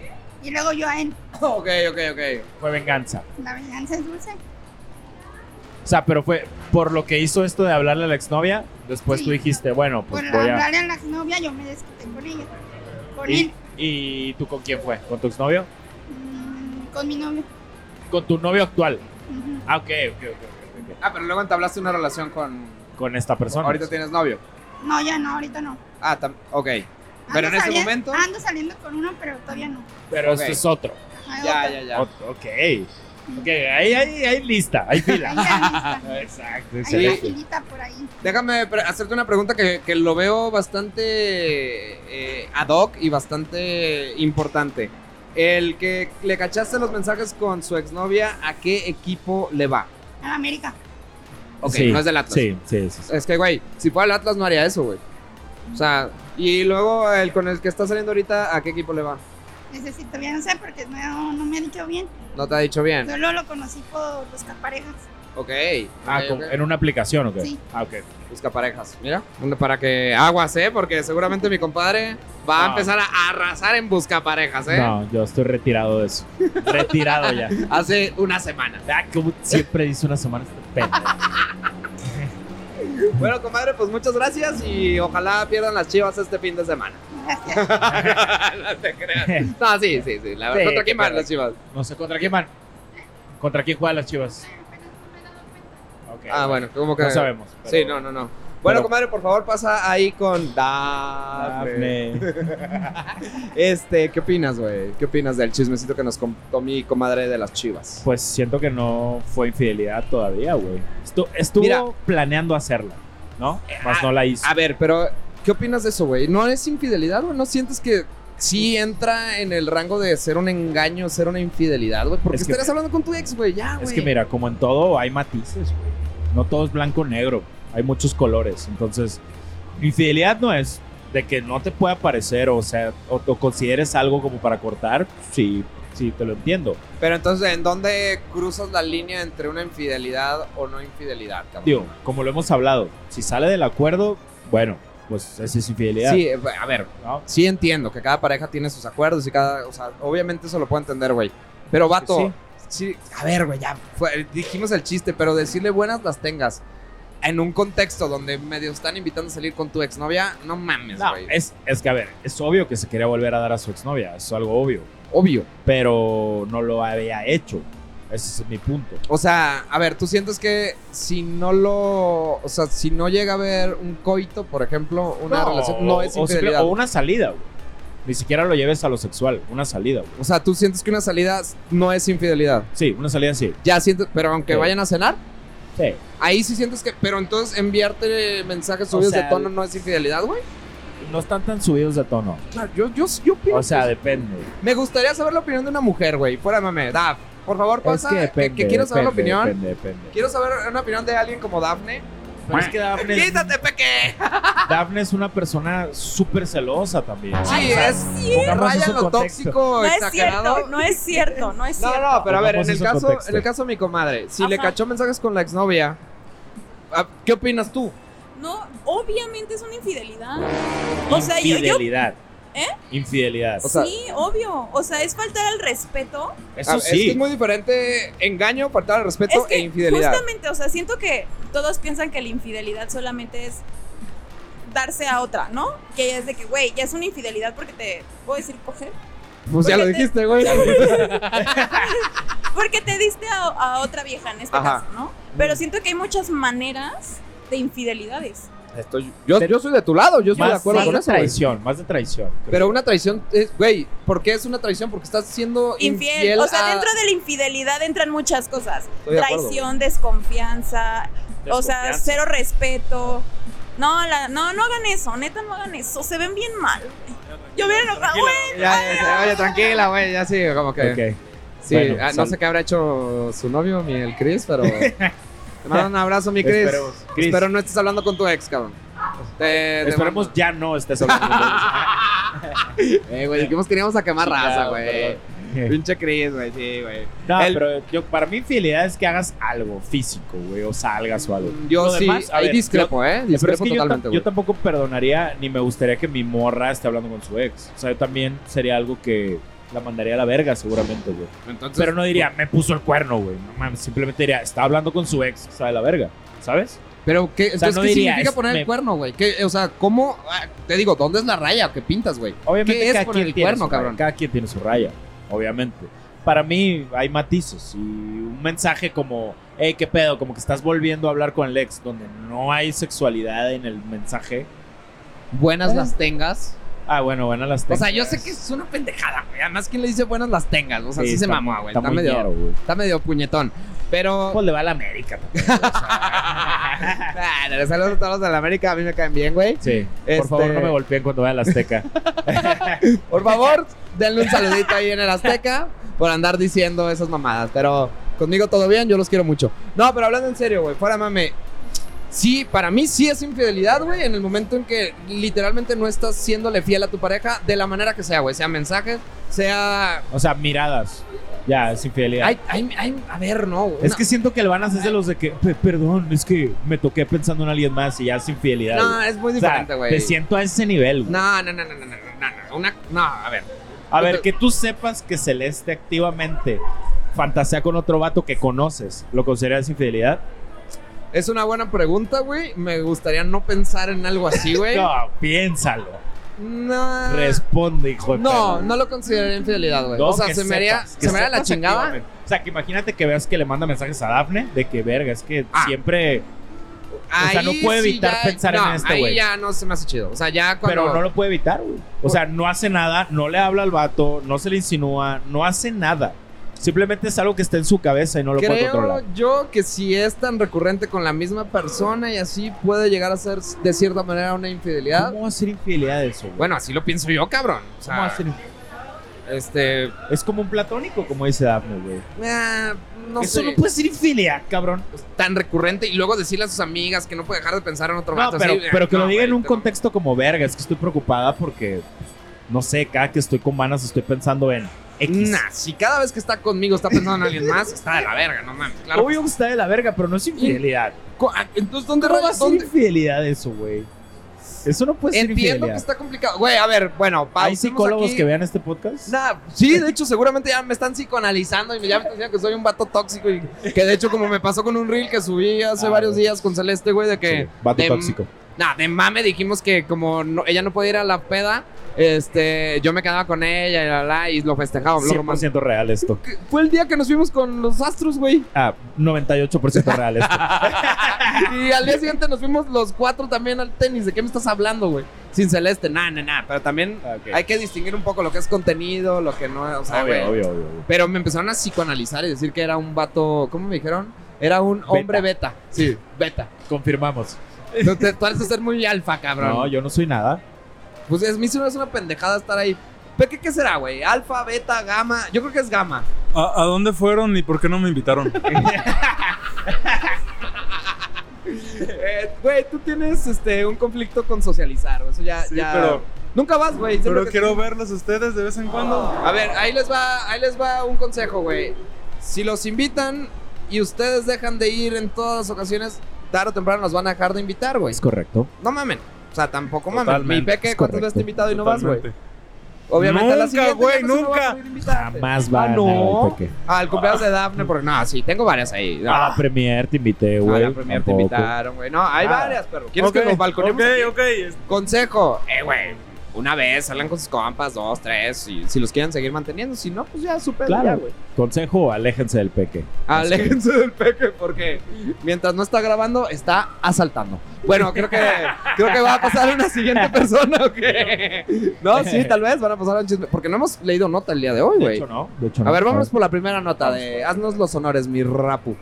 S6: y luego yo a él.
S1: Ok, ok, ok.
S2: Fue venganza.
S6: La venganza es dulce.
S2: O sea, pero fue por lo que hizo esto de hablarle a la exnovia. Después
S6: Sí.
S2: tú dijiste, bueno, pues
S6: por
S2: voy a.
S6: hablarle a la novia yo me desquité con ella. Con
S2: ¿Y,
S6: él,
S2: ¿Y tú con quién fue? ¿Con tu exnovio?
S6: mm, con mi novio.
S2: Con tu novio actual.
S6: Ujú.
S2: Ah, ok, ok, ok. ok,
S1: Ah, pero luego entablaste una relación con.
S2: ok. Con esta persona.
S1: Ahorita tienes novio.
S6: No, ya no, ahorita no.
S1: Ah, tam- ok.
S6: Ah,
S1: Pero en ese
S6: salien-
S1: momento-
S6: Ando saliendo con uno, pero todavía no.
S2: Pero
S1: Ok.
S2: este es otro.
S6: Ajá,
S1: Ya,
S6: otra.
S1: ya, ya.
S2: Otro, Ok. Ok, ahí, ahí, ahí lista. Ahí
S6: Ahí
S2: fila.
S6: ya no está.
S2: Exacto,
S6: Hay una
S2: excelente.
S6: filita por ahí.
S1: Déjame pre- hacerte una pregunta que, que lo veo bastante eh, ad hoc y bastante importante. El que le cachaste los mensajes con su exnovia, ¿a qué equipo le va?
S6: En América.
S1: Ok,
S2: Sí,
S1: no es del Atlas.
S2: Sí, sí, sí. sí.
S1: Es que, güey, si fuera el Atlas no haría eso, güey. O sea, y luego el con el que está saliendo ahorita, ¿a qué equipo le va?
S6: Necesito, todavía no sé porque no, no me ha dicho bien.
S1: No te ha dicho bien.
S6: Solo lo conocí por buscar parejas.
S1: Ok.
S2: Ah,
S1: ok,
S2: con-
S1: ok.
S2: ¿en una aplicación o qué?
S6: Sí.
S2: Ah, ok.
S1: Busca parejas. Mira, una para que aguas, ¿eh? Porque seguramente mi compadre va a
S2: No.
S1: empezar a arrasar en busca parejas, ¿eh?
S2: No, yo estoy retirado de eso. Retirado ya.
S1: Hace una semana.
S2: Ah, como siempre dice una semana este pendejo.
S1: Bueno, comadre, pues muchas gracias y ojalá pierdan las chivas este fin de semana.
S6: Gracias.
S1: no te creas. No, sí, sí, sí. La
S2: Sí,
S1: verdad, ¿contra
S2: qué
S1: quién van
S2: padre.
S1: las chivas?
S2: No sé contra quién van. ¿Contra quién juegan las chivas? Ok,
S1: Ah, bueno, como que.
S2: No sabemos.
S1: Sí,
S2: pero-
S1: no, no, no. Bueno,
S2: pero-
S1: comadre, por favor, pasa ahí con Dafne.
S2: Dafne.
S1: Este, ¿qué opinas, güey? ¿Qué opinas del chismecito que nos contó mi comadre de las chivas?
S2: Pues siento que no fue infidelidad todavía, güey. Estu- estuvo
S1: Mira.
S2: planeando hacerla, ¿no? Más
S1: ah,
S2: no la hizo.
S1: A ver, pero ¿qué opinas de eso, güey? ¿No es infidelidad, güey? ¿No sientes que sí entra en el rango de ser un engaño, ser una infidelidad, güey? Porque
S2: Es que-
S1: estarías hablando con tu ex, güey, ya, güey.
S2: Es que mira, como en todo hay matices, güey. No todo es blanco o negro, hay muchos colores. Entonces, infidelidad no es de que no te pueda parecer, o sea, o, o consideres algo como para cortar, sí, sí, te lo entiendo.
S1: Pero entonces, ¿en dónde cruzas la línea entre una infidelidad o no infidelidad, cabrón?
S2: Digo, como lo hemos hablado, si sale del acuerdo, bueno, pues esa es infidelidad.
S1: Sí, eh, a ver,
S2: ¿no?
S1: sí entiendo que cada pareja tiene sus acuerdos y cada, o sea, obviamente eso lo puedo entender, güey. Pero vato, sí, a ver, güey, ya fue- dijimos el chiste, pero decirle buenas las tengas. En un contexto donde medio están invitando a salir con tu exnovia, no mames,
S2: No, eh.
S1: güey.
S2: es, es que, a ver, es obvio que se quería volver a dar a su exnovia, eso es algo obvio,
S1: obvio.
S2: pero no lo había hecho. Ese es mi punto.
S1: O sea, a ver, tú sientes que si no lo, o sea, si no llega a haber un coito, por ejemplo, una
S2: No,
S1: relación no
S2: o-
S1: es
S2: o simple-
S1: infidelidad.
S2: O, una salida, güey. Ni siquiera lo lleves a lo sexual. Una salida, güey.
S1: O sea, tú sientes que una salida no es infidelidad.
S2: Sí, una salida sí.
S1: Ya sientes, pero aunque
S2: Sí.
S1: vayan a cenar,
S2: Sí.
S1: ahí sí sientes que, pero entonces enviarte mensajes subidos
S2: sea,
S1: de tono no es infidelidad, güey.
S2: No están tan subidos de tono.
S1: Claro, yo, yo, yo pienso.
S2: O sea, depende.
S1: me gustaría saber la opinión de una mujer, güey. Fuera mame, Daf, por favor,
S2: Es
S1: pasa
S2: que
S1: que,
S2: depende.
S1: que quiero saber la
S2: depende,
S1: opinión.
S2: Depende, depende.
S1: Quiero saber una opinión de alguien como Dafne
S2: Pero es que Dafne es,
S3: ¡Quítate, Peque!
S2: Dafne es una persona súper celosa también.
S1: Sí, es
S2: Pongamos
S1: raya
S2: eso en
S1: lo
S2: contexto.
S1: tóxico,
S7: No es
S1: exagerado.
S7: cierto, no es cierto, no es
S1: No,
S7: cierto.
S1: no, pero a ver, en
S2: Pongamos
S1: el
S2: eso en
S1: caso,
S2: contexto.
S1: en el caso de mi comadre, si le
S7: Ajá.
S1: cachó mensajes con la exnovia, ah, ¿qué opinas tú?
S7: No, obviamente es una infidelidad. O sea, yo- yo,
S2: Infidelidad.
S7: ¿Eh?
S2: Infidelidad.
S1: O sea,
S7: sí, obvio. O sea, es faltar al respeto.
S1: A-
S2: Eso
S1: Ah, Es que
S2: sí.
S1: es muy diferente engaño, faltar al respeto
S7: Es que
S1: e infidelidad.
S7: justamente, o sea, siento que todos piensan que la infidelidad solamente es darse a otra, ¿no? Que es de que, güey, ya es una infidelidad porque te puedo decir coger.
S1: Pues ya lo
S7: porque te-
S1: dijiste, güey.
S7: Porque te diste a, a otra vieja en este
S1: Ajá. Mm.
S7: caso, ¿no? Pero siento que hay muchas maneras de infidelidades.
S1: Estoy- yo, yo soy de tu lado, yo estoy de
S2: Más,
S1: acuerdo
S2: más
S1: con
S2: de
S1: eso. güey.
S2: traición, más de traición. creo.
S1: Pero una traición, es- güey, ¿por qué es una traición? Porque estás siendo
S7: Infiel.
S1: infiel.
S7: o sea,
S1: a-
S7: dentro de la infidelidad entran muchas cosas.
S1: Estoy de acuerdo,
S7: Traición, desconfianza, o sea,
S3: Desconfianza.
S7: cero respeto. No, la- no, no hagan eso, neta, no hagan eso. Se ven bien mal. Yo hubiera enojado, güey.
S1: Ya, ya, ya, oye, tranquila, güey, ya sí, como que.
S2: Ok.
S1: Sí,
S2: Bueno,
S1: ah, no
S2: sal-
S1: sé qué habrá hecho su novio, mi el Chris, pero. Te mando un abrazo, mi Chris.
S2: Esperemos. Chris.
S1: Espero no estés hablando con tu ex, cabrón. Te- te
S2: Esperemos ya no estés hablando
S1: mando- Eh, güey, dijimos que queríamos a quemar raza,
S2: Chingado,
S1: güey.
S2: perdón. de eso.
S1: Pinche Chris, güey, sí, güey.
S2: No,
S1: El-
S2: pero yo, para mí infidelidad es que hagas algo físico, güey, o salgas o algo.
S1: Yo
S2: Lo
S1: sí,
S2: demás, a
S1: ahí
S2: ver,
S1: discrepo, ¿eh?
S2: yo- pero es
S1: Discrepo
S2: que yo tam-
S1: totalmente,
S2: yo,
S1: güey.
S2: tampoco perdonaría ni me gustaría que mi morra esté hablando con su ex. O sea, yo también sería algo que la mandaría a la verga seguramente, güey.
S1: Entonces,
S2: Pero no diría, me puso el cuerno, güey. No mames, simplemente diría, está hablando con su ex, sabe la verga, ¿sabes?
S1: Pero, ¿qué,
S2: sea,
S1: entonces,
S2: no
S1: ¿qué
S2: diría,
S1: significa
S2: es-
S1: poner el
S2: me-
S1: cuerno, güey? ¿Qué- O sea, ¿cómo? Ah, Te digo, ¿dónde es la raya que pintas, güey?
S2: Obviamente
S1: ¿Qué es
S2: cada
S1: poner
S2: quien
S1: el
S2: tiene
S1: cuerno,
S2: su raya,
S1: cabrón?
S2: Cada quien tiene su raya, obviamente. Para mí hay matices y un mensaje como, hey, qué pedo, como que estás volviendo a hablar con el ex, donde no hay sexualidad en el mensaje.
S1: Buenas las tengas.
S2: Ah, bueno, bueno, las
S1: O sea,
S2: tengas.
S1: yo sé que es una pendejada, güey. Además, ¿quién le dice buenas las tengas? O sea,
S2: Sí,
S1: sí, se
S2: está-
S1: mamó, güey.
S2: Está
S1: Está,
S2: muy ñero,
S1: medio,
S2: güey.
S1: está medio puñetón. Pero.
S2: Pues le va a la América. también.
S1: Ah, le saludos a todos los de la América, a mí me caen bien, güey.
S2: Sí.
S1: Este-
S2: Por favor, no me golpeen cuando vaya a la Azteca.
S1: Por favor, denle un saludito ahí en el Azteca por andar diciendo esas mamadas. Pero conmigo todo bien, yo los quiero mucho. No, pero hablando en serio, güey, fuera mame. Sí, para mí sí es infidelidad, güey, en el momento en que literalmente no estás siéndole fiel a tu pareja de la manera que sea, güey. Sea mensajes, sea.
S2: O sea, miradas. Ya, es infidelidad.
S1: Ay, ay, ay, a ver, no, güey.
S2: es que siento que el van a hacer de los de que, "Pe- perdón, es que me toqué pensando en alguien más y ya es infidelidad.
S1: No,
S2: güey".
S1: es muy
S2: O sea,
S1: diferente, güey.
S2: te siento a ese nivel. güey.
S1: No, no, no, no, no, no, no, no, una- no, a ver.
S2: A ver, que tú sepas que Celeste activamente fantasea con otro vato que conoces, ¿lo consideras infidelidad?
S1: Es una buena pregunta, güey. Me gustaría no pensar en algo así, güey.
S2: No, piénsalo.
S1: No.
S2: Responde, hijo de
S1: Ah. No,
S2: perra.
S1: no lo consideraría infidelidad, güey.
S2: No,
S1: o sea,
S2: que
S1: se me haría,
S2: sepas, que
S1: se me haría la
S2: sepas
S1: chingada.
S2: activamente. O sea, que imagínate que veas que le manda mensajes a Dafne de que verga, es que
S1: Ah.
S2: siempre. O sea, no puedo evitar pensar en este,
S1: ahí
S2: güey.
S1: ya no se me hace chido. O sea, ya cuando.
S2: Pero no lo puede evitar, güey. O sea, no hace nada, no le habla al vato, no se le insinúa, no hace nada. Simplemente es algo que está en su cabeza y no lo puede
S1: Creo
S2: controlar.
S1: yo que si es tan recurrente con la misma persona y así puede llegar a ser de cierta manera una infidelidad.
S2: ¿Cómo va a ser infidelidad eso, güey?
S1: Bueno, así lo pienso yo, cabrón. O
S2: ¿Cómo va a
S1: sea,
S2: ser?
S1: este.
S2: Es como un platónico, como dice Dafne, güey.
S1: eh, no
S2: eso
S1: sé. pues,
S2: no puede ser infidelidad, cabrón.
S1: Tan recurrente y luego decirle a sus amigas que no puede dejar de pensar en otro
S2: No,
S1: vato,
S2: pero,
S1: así, eh,
S2: pero que lo
S1: no,
S2: diga en
S1: güey,
S2: un
S1: te-
S2: contexto como verga. Es que estoy preocupada porque, no sé, cada que estoy con vanas estoy pensando en X.
S1: Nah, si cada vez que está conmigo está pensando en alguien más, está de la verga, no mames. Claro que
S2: Obvio que está de la verga, pero no es infidelidad.
S1: Co- ah, Entonces, ¿dónde
S2: ¿Cómo va a
S1: rayas?
S2: ser
S1: ¿Dónde?
S2: infidelidad eso, güey? Eso no puede ser
S1: Entiendo
S2: infidelidad.
S1: que está complicado. Güey, a ver, bueno, pausemos
S2: ¿Hay psicólogos
S1: aquí.
S2: que vean este podcast?
S1: Nah, sí, de hecho, seguramente ya me están psicoanalizando y me- ya me están diciendo que soy un vato tóxico. Y que de hecho, como me pasó con un reel que subí hace
S2: Ah,
S1: varios
S2: güey.
S1: días con Celeste, güey, de que.
S2: Sí, vato
S1: de-
S2: tóxico.
S1: Nah, de mame dijimos que como no- ella no podía ir a la peda, este, yo me quedaba con ella y la la y lo festejábamos. Lo
S2: 100% real esto.
S1: romantic- Fue el día que nos fuimos con los astros, güey.
S2: Ah, 98% real esto.
S1: Y al día siguiente nos fuimos los cuatro también al tenis. ¿De qué me estás hablando, güey? Sin celeste, nah, nah, nah. Pero también
S2: Ah, ok.
S1: hay que distinguir un poco lo que es contenido, lo que no es. O sea,
S2: obvio,
S1: güey.
S2: obvio, obvio, obvio.
S1: Pero me empezaron a psicoanalizar y decir que era un vato. ¿Cómo me dijeron? Era un hombre beta. Sí, beta.
S2: Confirmamos.
S1: No, te- Tú pareces ser muy alfa, cabrón.
S2: No, yo no soy nada.
S1: Pues es, a mí se me hace una pendejada estar ahí. ¿Pero qué, qué será, güey? Alfa, beta, gamma. Yo creo que es gamma.
S8: ¿A, a dónde fueron y por qué no me invitaron?
S1: Eh, Güey, tú tienes este, un conflicto con socializar, güey, eso ya...
S8: Sí,
S1: ya-
S8: pero-
S1: Nunca vas, güey. siempre
S8: Pero
S1: que-
S8: quiero verlos ustedes de vez en cuando.
S1: A ver, ahí les va, ahí les va un consejo, güey. Si los invitan y ustedes dejan de ir en todas las ocasiones, tarde o temprano los van a dejar de invitar, güey.
S2: Es correcto.
S1: No mamen. O sea, tampoco mamen. Mi
S2: Totalmente,
S1: peque,
S2: es
S1: ¿cuántas
S2: correcto.
S1: veces te he invitado y no vas, güey?
S8: Totalmente.
S1: Obviamente a la
S8: Nunca,
S1: siguiente ya
S8: güey,
S1: no se me va a
S8: nunca.
S1: ocurrir invitarte.
S2: Jamás va
S1: Ah,
S2: a
S1: no.
S2: nada el peque.
S1: Al Ah, cumpleaños de Dafne, porque no, sí, tengo varias ahí. No, pues,
S2: A la Ah, premier te invité,
S1: a
S2: güey.
S1: la Ah. premier te
S2: Tampoco.
S1: invitaron, güey. No, hay
S2: Ah.
S1: varias, pero ¿quieres
S8: Ok,
S1: que nos balconemos?
S8: Ok,
S1: aquí?
S8: ok.
S1: Consejo, eh, güey. Una vez, hablan con sus compas, dos, tres, y si los quieren seguir manteniendo, si no, pues ya super
S2: Claro.
S1: ya, güey.
S2: Consejo, aléjense del peque.
S1: Aléjense del peque porque mientras no está grabando está asaltando. Bueno, creo que creo que va a pasar una siguiente persona o qué? No, sí, tal vez van a pasar un chisme porque no hemos leído nota el día de hoy,
S2: De
S1: güey.
S2: hecho, no. De hecho,
S1: A
S2: no. Ah,
S1: ver, vámonos por la primera nota de haznos los honores, mi rapu.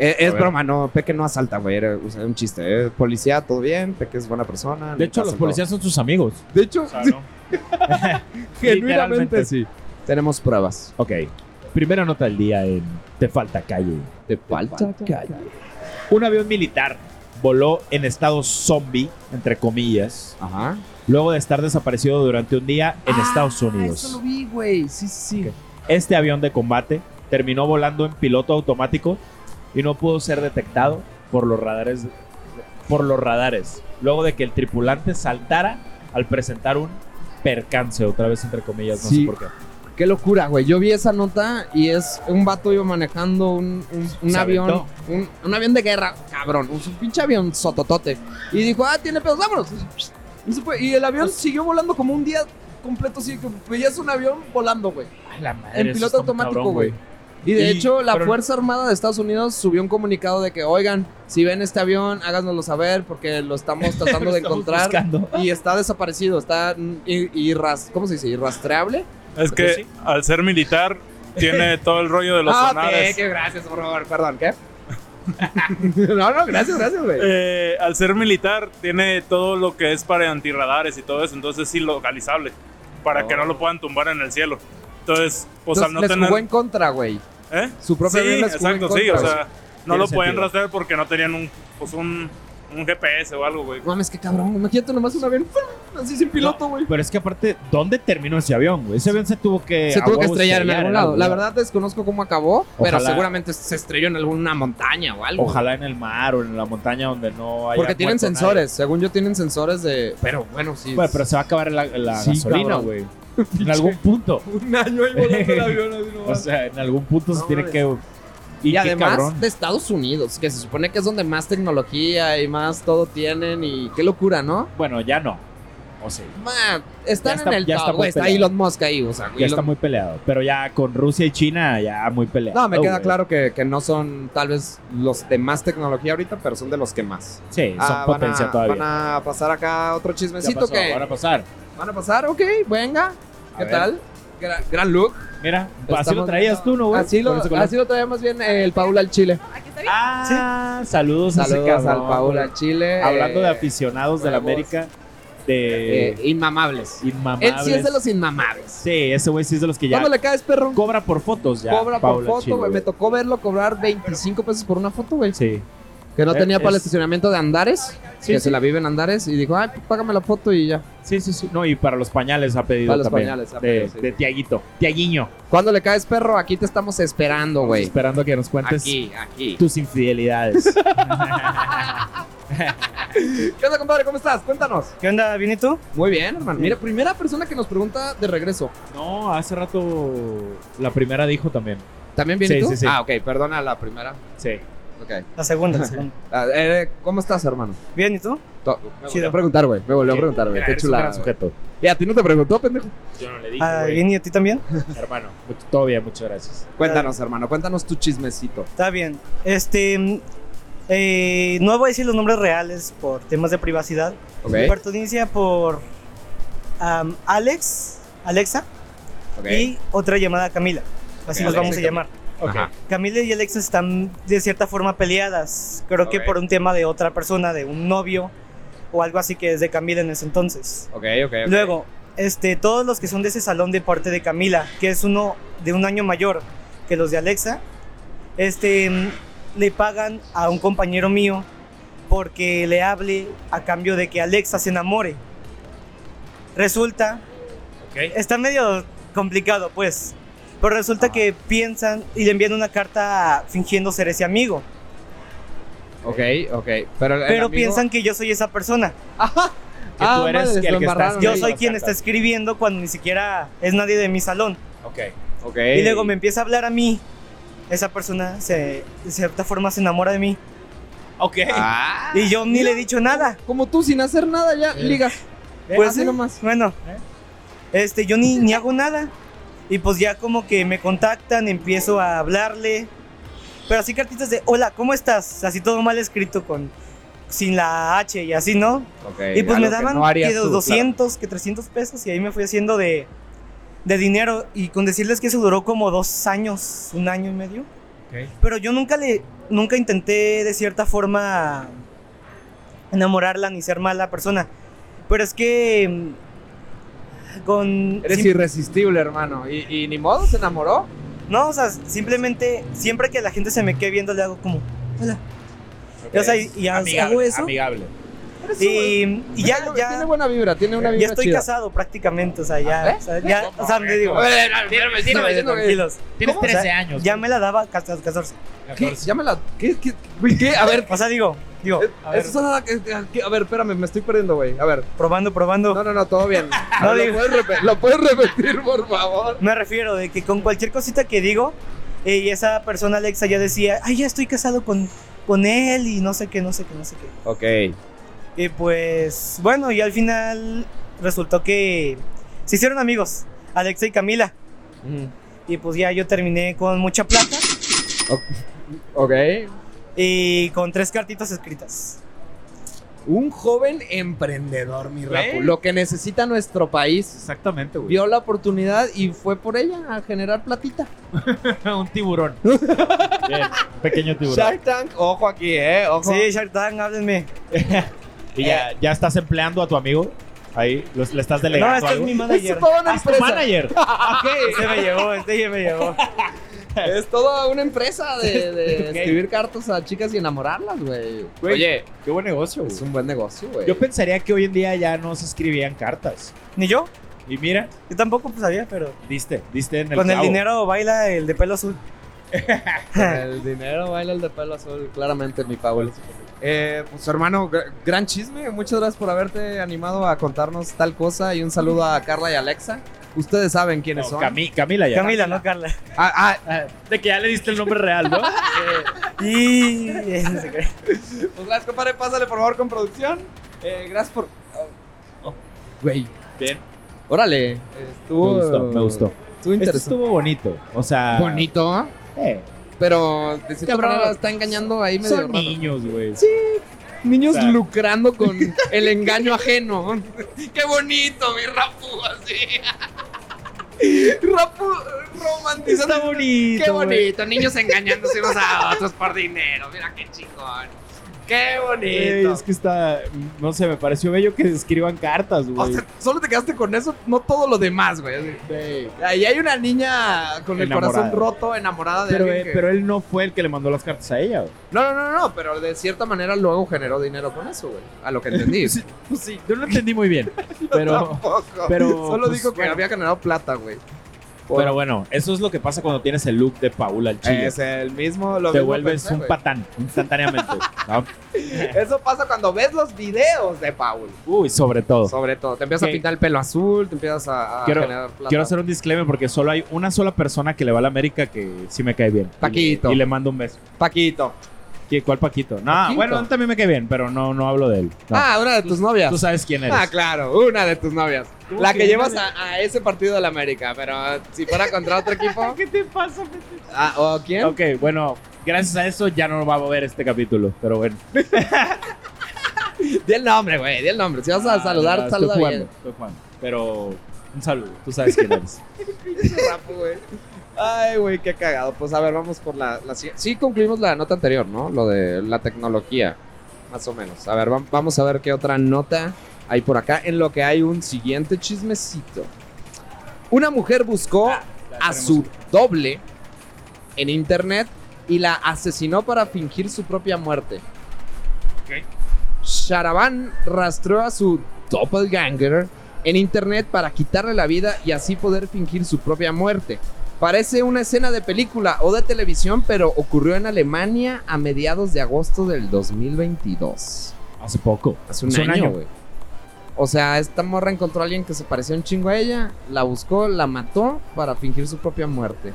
S1: Eh, es
S2: A ver.
S1: broma, no, Peque no asalta, güey, era o sea, un chiste. eh. Policía, todo bien, Peque es buena persona.
S2: De
S1: nunca
S2: hecho, los
S1: asaltó.
S2: policías son sus amigos.
S1: De hecho,
S2: sea,
S1: sí,
S2: ¿no?
S1: genuinamente
S2: Literalmente.
S1: sí. Tenemos pruebas.
S2: Ok. Primera nota del día en Te Falta Calle.
S1: Te falta calle.
S2: Un avión militar voló en estado zombie, entre comillas,
S1: Ajá.
S2: luego de estar desaparecido durante un día en Estados Unidos.
S1: Ah, Eso lo vi, güey. Sí, sí, sí.
S2: Este avión de combate terminó volando en piloto automático y no pudo ser detectado por los radares por los radares luego de que el tripulante saltara al presentar un percance otra vez entre comillas no
S1: Sí.
S2: sé por qué
S1: Qué locura, güey. Yo vi esa nota y es un vato iba manejando un, un- un
S2: Se
S1: avión.
S2: aventó.
S1: Un, un avión de guerra, cabrón. Un pinche avión sototote. Y dijo, ah, tiene pedos, vámonos. Y se fue. Y el
S2: Pues
S1: avión siguió volando como un día completo. Así que veías un avión volando, güey.
S2: Ay, la madre,
S1: En
S2: eso
S1: piloto
S2: está muy
S1: automático,
S2: cabrón,
S1: güey. Y de
S2: Y-
S1: hecho, la
S2: pero-
S1: Fuerza Armada de Estados Unidos subió un comunicado de que, oigan, si ven este avión, háganoslo saber porque lo estamos tratando
S2: Lo
S1: de
S2: estamos
S1: encontrar.
S2: buscando.
S1: Y está desaparecido, está mm, ir- irras, ¿cómo se dice? irrastreable.
S8: Es que
S2: Sí.
S8: al ser militar tiene todo el rollo de los
S1: Ah,
S8: sonares.
S1: ok, gracias, por favor, perdón, ¿qué? no, no, gracias, gracias, güey.
S8: Eh, al ser militar tiene todo lo que es para antirradares y todo eso, entonces es ilocalizable para que no lo puedan tumbar en el cielo. Entonces, pues
S1: Entonces,
S8: al no
S1: les
S8: tener
S1: jugó en contra, güey.
S8: ¿Eh?
S1: Su propio
S8: sí,
S1: avión les jugó en
S8: exacto, sí, o
S1: contra,
S8: sea, no lo
S2: Tiene
S8: podían
S2: sentido.
S8: rastrear porque no tenían un pues un, un GPS o algo, güey.
S1: No Mames, qué cabrón, imagínate nomás un avión ¡fum! así sin piloto, güey.
S2: pero es que aparte dónde terminó ese avión güey ese avión se tuvo que
S1: Se
S2: Eh, a
S1: tuvo que
S2: huevo
S1: estrellar en algún lado.
S2: algo,
S1: La
S2: güey.
S1: verdad desconozco cómo acabó, pero
S2: Ojalá.
S1: seguramente se estrelló en alguna montaña o algo.
S2: ojalá en el mar o en la montaña donde no haya
S1: Porque tienen
S2: muerto nadie.
S1: sensores, según yo tienen sensores de... Pero bueno, sí.
S2: Bueno, pero se va a acabar la, la
S1: Sí,
S2: gasolina
S1: cabrón.
S2: güey en algún punto
S1: Un año ahí volando el avión. así
S2: O
S1: nomás.
S2: sea, en algún punto se
S1: No
S2: tiene
S1: mames.
S2: que.
S1: Y,
S2: qué
S1: además
S2: cabrón.
S1: de Estados Unidos, que se supone que es donde más tecnología y más todo tienen y qué locura, ¿no?
S2: Bueno, ya no. O sea,
S1: Man, están
S2: Ya está-
S1: en el
S2: ya
S1: top,
S2: está muy
S1: güey, está
S2: peleado.
S1: Elon Musk ahí, o sea,
S2: ya
S1: Elon-
S2: está muy peleado. Pero ya con Rusia y China, ya muy peleado.
S1: No, me queda
S2: güey.
S1: claro que, que no son tal vez los de más tecnología ahorita, pero son de los que más.
S2: Sí, son
S1: Ah, van,
S2: potencia
S1: a,
S2: todavía.
S1: van a pasar acá otro
S2: Ya
S1: chismecito
S2: pasó,
S1: que
S2: Van a pasar.
S1: van a pasar, ok, venga.
S2: A
S1: ¿Qué
S2: ver.
S1: tal? Gra- gran look.
S2: Mira, así lo
S1: Estamos-
S2: traías tú, ¿no, güey?
S1: Así lo,
S2: Con ese color.
S1: así lo traía más bien el Paul al Chile.
S7: Aquí está bien.
S2: Ah, saludos, a ese
S1: Saludos al
S2: cabrón,
S1: Paul
S2: güey.
S1: al Chile.
S2: Hablando de
S1: eh,
S2: aficionados de la
S1: huevos.
S2: América, de
S1: eh, inmamables.
S2: inmamables.
S1: Él sí es de los inmamables.
S2: Sí, ese güey sí es de los que ya
S1: ¿Cuándo le caes, perro?
S2: cobra por fotos ya.
S1: Cobra
S2: Paula
S1: por
S2: Chile,
S1: foto, güey. Me tocó verlo cobrar 25 pesos por una foto, güey.
S2: Sí.
S1: Que no
S2: Eh,
S1: tenía para el
S2: es-
S1: estacionamiento de Andares.
S2: Sí,
S1: que
S2: sí.
S1: se la vive en Andares. Y dijo, ay, pues, págame la foto y ya.
S2: Sí, sí, sí. No, y para los pañales ha pedido
S1: Para los
S2: también.
S1: pañales ha
S2: de,
S1: pedido, sí,
S2: de
S1: sí.
S2: Tiaguito. Tiaguiño.
S1: ¿Cuándo le caes, perro? Aquí te estamos esperando, Oh, güey.
S2: Esperando que nos cuentes
S1: Aquí, aquí.
S2: tus infidelidades.
S1: ¿Qué onda, compadre? ¿Cómo estás? Cuéntanos.
S9: ¿Qué onda? ¿Bien y tú?
S1: Muy bien, hermano. Mira, primera persona que nos pregunta de regreso.
S2: no, hace rato la primera dijo también.
S1: ¿También viene
S2: Sí,
S1: tú?
S2: sí, sí.
S1: Ah, ok. Perdona la primera.
S2: Sí.
S1: Ok.
S9: La segunda, la segunda.
S1: Ah, eh, ¿Cómo estás, hermano?
S9: ¿Bien y tú?
S1: To- me
S9: Chido.
S1: volvió a preguntar, güey. Me volvió a preguntar, güey. Qué
S2: Eres un
S1: chulada.
S2: gran
S1: güey.
S2: sujeto.
S1: ¿Y a ti no te preguntó, pendejo?
S2: Yo no le dije,
S9: Ah,
S2: güey.
S9: ¿Bien y a ti también?
S2: hermano. Mucho- Todo bien, muchas gracias.
S1: Cuéntanos, hermano. Cuéntanos tu chismecito.
S9: Está bien. Este. mm, eh, no voy a decir los nombres reales por temas de privacidad.
S1: Ok.
S9: Mi pertenencia por. am, Alex, Alexa
S1: ok.
S9: y otra llamada Camila. Así
S1: Ok,
S9: los
S1: Alexa
S9: vamos a
S1: y
S9: llamar.
S1: Ajá.
S9: Camila y Alexa están de cierta forma peleadas. Creo
S1: Ok.
S9: que por un tema de otra persona, de un novio o algo así que es de Camila en ese entonces.
S1: Ok, ok, ok.
S9: Luego, este, todos los que son de ese salón de parte de Camila, que es uno de un año mayor que los de Alexa, este, mm, le pagan a un compañero mío porque le hable a cambio de que Alexa se enamore. Resulta,
S2: Ok.
S9: está medio complicado pues, pero resulta que piensan y le envían una carta fingiendo ser ese amigo,
S1: Ok, ok. Pero, el
S9: pero
S1: amigo-
S9: piensan que yo soy esa persona.
S2: Que
S1: Ah,
S2: tú eres
S1: madres,
S2: el
S1: lo
S2: que estás.
S1: embarraron.
S9: Yo
S2: Sí,
S9: soy
S2: las
S9: quien está
S2: cartas.
S9: escribiendo cuando ni siquiera es nadie de mi salón.
S2: Ok.
S1: Ok.
S9: Y luego me empieza a hablar a mí. Esa persona se, de cierta forma se enamora de mí.
S2: Ok.
S1: Ah,
S9: y yo ni le he dicho nada.
S1: como tú, sin hacer nada ya,
S9: Eh,
S2: Sí.
S1: ligas.
S9: Pues
S1: así
S9: sí,
S1: nomás.
S9: Bueno,
S2: ¿Eh?
S9: este, yo ni, ni hago nada. Y pues ya como que me contactan, empiezo a hablarle. Pero así cartitas de, hola, ¿cómo estás? Así todo mal escrito con sin la H y así, ¿no? y pues me daban que 200, que 300 pesos y ahí me fui haciendo de, de dinero. Y con decirles que eso duró como dos años, un año y medio. Pero yo nunca le, nunca intenté de cierta forma enamorarla ni ser mala persona. Pero es que mm, con
S1: Eres
S9: sim-
S1: irresistible, hermano. Y, y ni modo, se enamoró.
S9: no, o sea, simplemente siempre que la gente se me quede viendo le hago como hola. O sea, y, y ha- hago eso
S2: Amigable.
S1: Eres
S9: y, y ya
S1: Tiene-
S9: ya
S1: Tiene buena vibra, tiene una vibra.
S9: ya estoy
S1: chida.
S9: casado prácticamente, o sea, ya,
S1: ¿Eh?
S9: o sea, ya, o sea, me digo,
S1: Tienes-
S9: tranquilos.
S2: Tienes
S9: O sea,
S2: 13 años.
S9: Ya me la daba a los 14.
S1: eh, ¿Qué? Llámela. ¿Qué? ¿Qué? Güey, ¿Qué? A ver.
S9: O sea, digo, digo,
S1: eh,
S9: a ver,
S1: eso es nada que- que- a ver, espérame, me estoy perdiendo, güey. A ver.
S9: probando, probando.
S1: No, no, no, todo bien.
S9: No,
S1: ¿Lo,
S9: digo-
S1: puedes repe- ¿Lo puedes repetir, por favor?
S9: Me refiero de que con cualquier cosita que digo, eh, y esa persona Alexa ya decía, ay, ya estoy casado con, con él y no sé qué, no sé qué, no sé qué.
S1: Ok.
S9: Y pues, bueno, y al final resultó que se hicieron amigos, Alexa y Camila. Y pues ya yo terminé con mucha plata
S1: Ok.
S9: y con tres cartitas escritas.
S1: Un joven emprendedor, mi
S2: Güey.
S1: Rapu. Lo que necesita nuestro país.
S2: Exactamente, güey.
S1: Vio la oportunidad y fue por ella a generar platita.
S2: un tiburón. Bien, pequeño tiburón.
S3: Shark Tank, ojo aquí, eh, ojo.
S9: Sí, Shark Tank, háblenme.
S2: Y ya, ya estás empleando a tu amigo. Ahí los- le estás delegando.
S9: eh. no, este es
S2: algo.
S9: mi
S1: Es
S9: manager.
S1: toda una
S2: Ah, es tu
S1: empresa.
S2: manager.
S9: Este me llevó, este me llevó.
S1: Es toda una empresa de, de
S2: Ok.
S1: escribir cartas a chicas y enamorarlas, güey.
S2: Güey,
S3: Oye,
S2: qué buen negocio, güey.
S1: Es un buen negocio, güey.
S2: Yo pensaría que hoy en día ya no se escribían cartas.
S9: Ni yo,
S2: Y mira,
S9: yo tampoco pues, sabía, pero
S2: diste, diste en el
S9: con el
S2: clavo.
S9: dinero baila el de pelo azul.
S1: El dinero baila el de pelo azul, claramente, mi Paul. Eh, pues hermano, gr- gran chisme. Muchas gracias por haberte animado a contarnos tal cosa. Y un saludo a Carla y Alexa. Ustedes saben
S2: No,
S1: quiénes son.
S2: Cami- Camila ya.
S9: Camila, no Carla.
S1: Ah, ah,
S2: De que ya le diste el nombre real, ¿no?
S9: Y
S1: pues gracias, compadre. Pásale por favor con producción. Eh, gracias por. oh, oh, Güey,
S2: Bien.
S1: órale.
S2: Me
S1: Estuvo.
S2: gustó, me gustó.
S1: Estuvo
S2: Esto
S1: interesante.
S2: estuvo bonito. O sea.
S1: Bonito,
S2: eh,
S1: pero de cierta
S2: Cabrón.
S1: manera está engañando ahí medio
S2: son
S1: raro.
S2: niños, güey.
S1: Niños
S2: O sea.
S1: lucrando con el engaño ajeno. Qué bonito, mi Rapu, así. Rapu romantizando.
S2: Está bonito.
S1: Qué
S2: güey.
S1: bonito, niños engañándose unos a otros por dinero. Mira qué chingón. Qué
S2: Güey,
S1: bonito.
S2: es que está. No sé, me pareció bello que escriban cartas,
S1: O
S2: güey.
S1: sea, solo te quedaste con eso, no todo lo demás, güey. Así.
S2: Güey.
S1: Ahí hay una niña con el
S2: Enamorada.
S1: corazón roto, enamorada de
S2: Pero,
S1: alguien.
S2: eh,
S1: que-
S2: pero él no fue el que le mandó las cartas a ella, güey.
S1: No, no, no, no, pero de cierta manera luego generó dinero con eso, güey. A lo que entendí.
S2: Sí, Pues sí, yo lo entendí muy bien. pero,
S1: Tampoco.
S2: pero,
S1: Solo
S2: pues,
S1: digo que
S2: bueno.
S1: había generado plata, güey. Por-
S2: pero bueno, eso es lo que pasa cuando tienes el look de Paula al chile.
S1: Es el mismo. Lo
S2: Te
S1: mismo
S2: vuelves
S1: pensé,
S2: un
S1: güey.
S2: patán instantáneamente. ¿no?
S1: Eso pasa cuando ves los videos de Paul.
S2: Uy, sobre todo.
S1: Sobre todo. Te empiezas
S2: Oh.
S1: a
S2: Ok.
S1: pintar el pelo azul, te empiezas a, a
S2: Quiero-
S1: generar plata.
S2: Quiero hacer un disclaimer porque solo hay una sola persona que le va a la América que sí me cae bien.
S1: Paquito.
S2: Y, le mando un beso.
S1: Paquito.
S2: ¿Qué- ¿Cuál Paquito? No,
S1: Paquito.
S2: bueno, él también me cae bien, pero no, no hablo de él. No.
S1: Ah, una de tus novias.
S2: Tú sabes quién eres.
S1: Ah, claro, una de tus novias.
S2: ¿Cómo
S1: La
S2: que
S1: que llevas
S2: una
S1: a, a ese partido de la América, pero eh, si fuera contra otro equipo.
S2: ¿Qué te pasa,
S1: Ah, ¿O quién?
S2: Ok, bueno, gracias a eso ya no va a ver este capítulo, pero bueno.
S1: Di el nombre, güey, di el nombre. Si vas a
S2: Ah,
S1: saludar,
S2: no, estoy
S1: saluda
S2: jugando,
S1: bien.
S2: estoy jugando. Pero un saludo, tú sabes quién eres.
S1: Rapo, güey. Ay, güey, qué cagado. Pues a ver, vamos por la, la si- Sí, concluimos la nota anterior, ¿no? Lo de la tecnología, más o menos. A ver, vam- vamos a ver qué otra nota hay por acá, en lo que hay un siguiente chismecito. Una mujer buscó a su doble en internet y la asesinó para fingir su propia muerte. Sharaban rastreó a su doppelganger en internet para quitarle la vida y así poder fingir su propia muerte. Parece una escena de película o de televisión, pero ocurrió en Alemania a mediados de agosto del 2022.
S2: Hace poco.
S1: Hace un, año, güey. O sea, esta morra encontró a alguien que se parecía un chingo a ella, la buscó, la mató para fingir su propia muerte.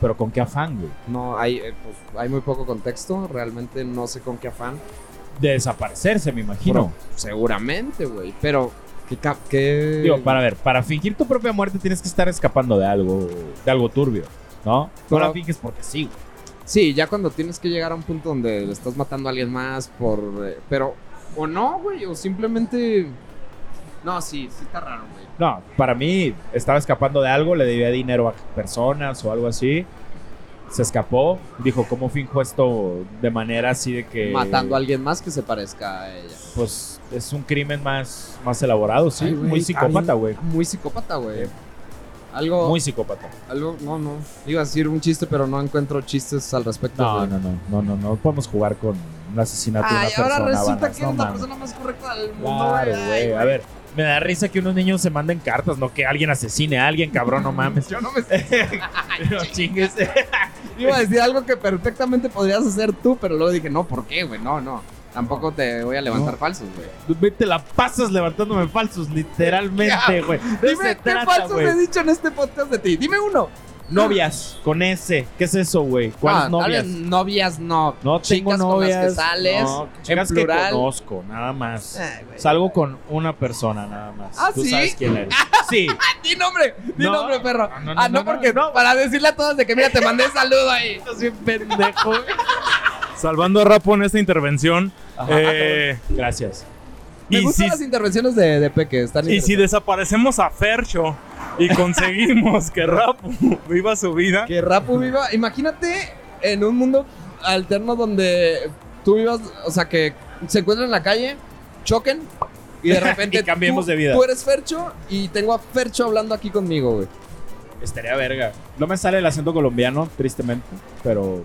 S2: Pero con qué afán, güey.
S1: No, hay, eh, pues, hay muy poco contexto, realmente no sé con qué afán.
S2: De desaparecerse, me imagino.
S1: Seguramente, güey, pero qué... cap- qué-
S2: Digo, para ver, para fingir tu propia muerte tienes que estar escapando de algo, de algo turbio, ¿no? No la
S1: Pero-
S2: finges porque sí, güey.
S1: Sí, ya cuando tienes que llegar a un punto donde le estás matando a alguien más por... eh, pero, o no, güey, o simplemente... No, sí, sí está raro, güey.
S2: No, para mí estaba escapando de algo, le debía dinero a personas o algo así. Se escapó, dijo, ¿cómo finjo esto de manera así de que...
S1: Matando a alguien más que se parezca a ella.
S2: Pues es un crimen más, más elaborado, sí.
S1: Ay, güey,
S2: muy
S1: está bien-
S2: psicópata, güey.
S1: Ah, Muy psicópata, güey. Algo...
S2: Muy psicópata.
S1: Algo, no, no. Iba a decir un chiste, pero no encuentro chistes al respecto.
S2: No,
S1: güey.
S2: no, no, no, no, no podemos jugar con un asesinato de una
S1: Ay, ahora
S2: persona,
S1: resulta
S2: vanas,
S1: que
S2: no
S1: eres la
S2: mames.
S1: persona más correcta del mundo,
S2: Claro,
S1: güey.
S2: güey. A ver, me da risa que unos niños se manden cartas, no que alguien asesine a alguien, cabrón, no mames. Yo no me No chingues.
S1: Iba a decir algo que perfectamente podrías hacer tú, pero luego dije, no, ¿por qué, güey? No, no. Tampoco te voy a levantar
S2: No.
S1: falsos, güey.
S2: Me- Te la pasas levantándome falsos, literalmente, güey. De eso se
S1: Dime, ¿qué
S2: trata,
S1: falsos
S2: güey.
S1: he dicho en este podcast de ti? Dime uno.
S2: Novias, con ese. ¿Qué es eso, güey? ¿Cuáles
S1: Ah,
S2: novias?
S1: tal vez novias no.
S2: No tengo
S1: Chicas con las
S2: novias.
S1: que sales,
S2: no,
S1: en
S2: chicas que
S1: plural.
S2: conozco, nada más.
S1: Ay, güey.
S2: Salgo con una persona, nada más.
S1: ¿Ah,
S2: Tú
S1: sí?
S2: sabes quién eres. Sí.
S1: Di nombre, di
S2: No.
S1: nombre, perro.
S2: No, no, no,
S1: ah, no,
S2: no, no,
S1: porque
S2: no.
S1: para decirle a todos de que mira, te mandé saludo ahí. Estás bien pendejo.
S8: Salvando a Rapo en esta intervención.
S2: Ajá.
S8: eh,
S1: Ah,
S2: Gracias.
S1: Me
S8: y
S1: gustan
S8: si,
S1: las intervenciones de, de Peque, están
S8: y si
S1: interesantes.
S8: desaparecemos a Fercho y conseguimos que Rapo viva su vida.
S1: Que Rapu viva. Imagínate en un mundo alterno donde tú vivas, o sea, que se encuentran en la calle, choquen y de repente.
S2: Y cambiemos
S1: tú-
S2: de vida.
S1: Tú eres Fercho y tengo a Fercho hablando aquí conmigo, güey.
S2: Estaría verga. No me sale el acento colombiano, tristemente, pero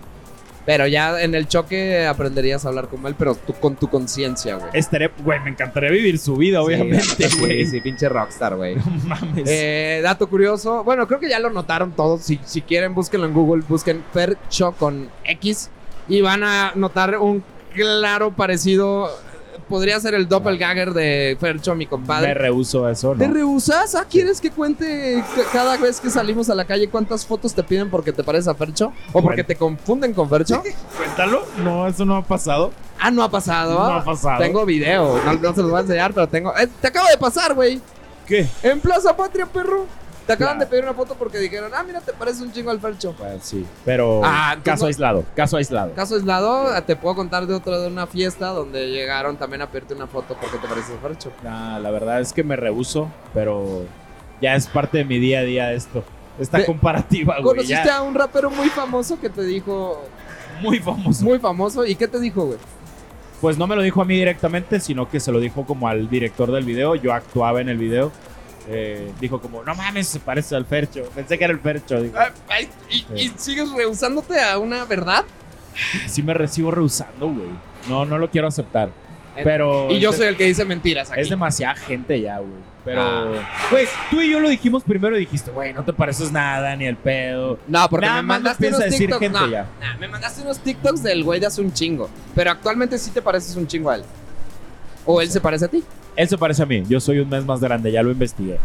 S1: Pero ya en el choque aprenderías a hablar como él, pero tú con tu conciencia, güey.
S2: estaría, güey, me encantaría vivir su vida, obviamente,
S1: Sí,
S2: güey.
S1: Sí, sí, pinche rockstar, güey.
S2: No mames.
S1: Eh, dato curioso. Bueno, creo que ya lo notaron todos. Si, si quieren, búsquenlo en Google. Busquen Fercho con X y van a notar un claro parecido. Podría ser el doppelganger de Fercho, mi
S2: me
S1: compadre.
S2: rehuso a eso,
S1: ¿Te
S2: ¿no?
S1: rehusas? ¿Ah, quieres que cuente c- cada vez que salimos a la calle cuántas fotos te piden porque te pareces a Fercho? ¿O porque
S2: Bueno.
S1: te confunden con Fercho?
S2: Cuéntalo. No, eso no ha pasado.
S1: Ah, no ha pasado.
S2: No ha pasado.
S1: Tengo video. No, no se los voy a enseñar, pero tengo. Eh, te acabo de pasar, güey.
S2: ¿Qué?
S1: En Plaza Patria, perro. Te acaban
S2: Claro.
S1: de pedir una foto porque dijeron, ah, mira, te parece un chingo al Fercho.
S2: Pues sí, pero
S1: Ah, tú
S2: caso
S1: no-
S2: aislado, caso aislado.
S1: Caso aislado, eh, te puedo contar de otra de una fiesta donde llegaron también a pedirte una foto porque te pareces al Fercho.
S2: Nah, la verdad es que me rehuso, pero ya es parte de mi día a día esto. Esta
S1: Te-
S2: comparativa, Ah, güey,
S1: Conociste
S2: ya
S1: a un rapero muy famoso que te dijo,
S2: muy famoso.
S1: muy famoso, ¿y qué te dijo, güey?
S2: Pues no me lo dijo a mí directamente, sino que se lo dijo como al director del video. Yo actuaba en el video. Eh, dijo como, no mames, se parece al Fercho. Pensé que era el Fercho. Dijo,
S1: Ah, ay, ¿Y, y
S2: Sí.
S1: sigues rehusándote a una verdad?
S2: sí me recibo rehusando, güey. No, no lo quiero aceptar. Pero
S1: Y yo
S2: es,
S1: soy el que dice mentiras aquí.
S2: es demasiada gente ya, güey. Pero,
S1: Ah.
S2: pues, tú y yo lo dijimos primero y dijiste, güey, no te pareces nada, ni el pedo.
S1: No, porque
S2: Nada
S1: me
S2: más
S1: mandaste
S2: nos
S1: unos
S2: piensa decir
S1: TikToks.
S2: gente
S1: no,
S2: ya.
S1: no, me mandaste unos TikToks del güey de hace un chingo. Pero actualmente sí te pareces un chingo a él. O él se parece a ti.
S2: Él se parece a mí. Yo soy un mes más grande, ya lo investigué.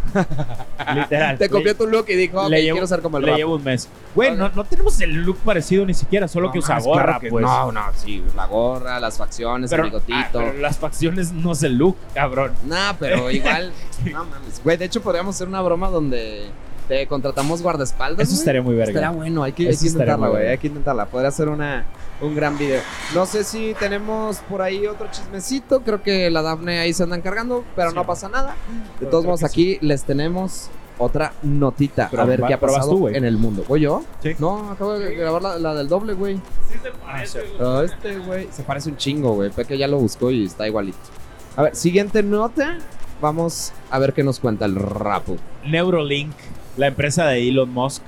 S2: Literal.
S1: Te
S2: Le-
S1: copió tu look y dijo, ok,
S2: le llevo-
S1: quiero ser como el
S2: Le
S1: rap.
S2: llevo un mes. Güey,
S1: Ok.
S2: no, no tenemos el look parecido ni siquiera, solo que
S1: No
S2: usa
S1: mames,
S2: gorra,
S1: claro que
S2: pues.
S1: No, no, sí, la gorra, las facciones,
S2: pero,
S1: el bigotito.
S2: ah, pero las facciones no es el look, cabrón.
S1: Nah, pero igual. no mames. Güey, de hecho, podríamos hacer una broma donde te contratamos guardaespaldas.
S2: Eso
S1: güey.
S2: estaría muy verga.
S1: Pues Estaría bueno, hay que,
S2: Eso
S1: hay que
S2: estaría
S1: intentarla,
S2: muy
S1: güey.
S2: verga.
S1: Hay que intentarla. Podría ser una, un gran video. No sé si tenemos por ahí otro chismecito. Creo que la Dafne ahí se andan cargando, pero
S2: Sí.
S1: no pasa nada. De
S2: Pero
S1: todos
S2: creo
S1: modos,
S2: que
S1: aquí les tenemos otra notita.
S2: Pero
S1: a ver
S2: va-
S1: qué ha
S2: pero vas
S1: pasado
S2: tú, güey.
S1: en el mundo. ¿Voy yo?
S2: Sí.
S1: No, acabo de grabar la, la del doble, güey. Ah, este, güey. Se parece un chingo, güey. Peque ya lo buscó y está igualito. A ver, siguiente nota. Vamos a ver qué nos cuenta el rapo.
S2: Neurolink, la empresa de Elon Musk,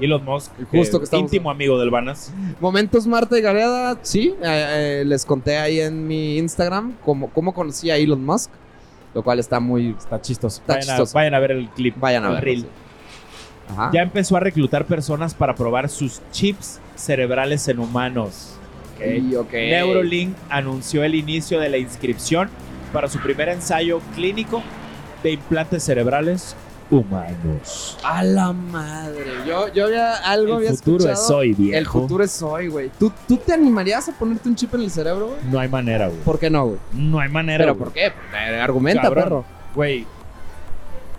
S2: Y los Musk,
S1: Justo que
S2: que
S1: estamos-
S2: íntimo amigo del Vanas.
S1: Momentos Marta y Gareada, sí. eh, eh, les conté ahí en mi Instagram cómo, cómo conocí a Elon Musk, lo cual está muy...
S2: Está chistoso.
S1: Está
S2: vayan,
S1: chistoso.
S2: A, vayan a ver el clip.
S1: Vayan a Ah.
S2: el
S1: ver.
S2: reel.
S1: Ajá.
S2: Ya empezó a reclutar personas para probar sus chips cerebrales en humanos. Ok.
S1: Y, ok.
S2: Neurolink anunció el inicio de la inscripción para su primer ensayo clínico de implantes cerebrales humanos.
S1: A la madre. Yo, yo había algo
S2: El
S1: había
S2: futuro
S1: escuchado.
S2: es hoy, viejo.
S1: El futuro es hoy, güey. ¿Tú, ¿Tú te animarías a ponerte un chip en el cerebro, güey?
S2: No hay manera, güey.
S1: ¿Por qué no, güey?
S2: No hay manera,
S1: ¿Pero
S2: güey.
S1: por qué? Eh, Argumenta,
S2: Cabrón.
S1: perro.
S2: Güey,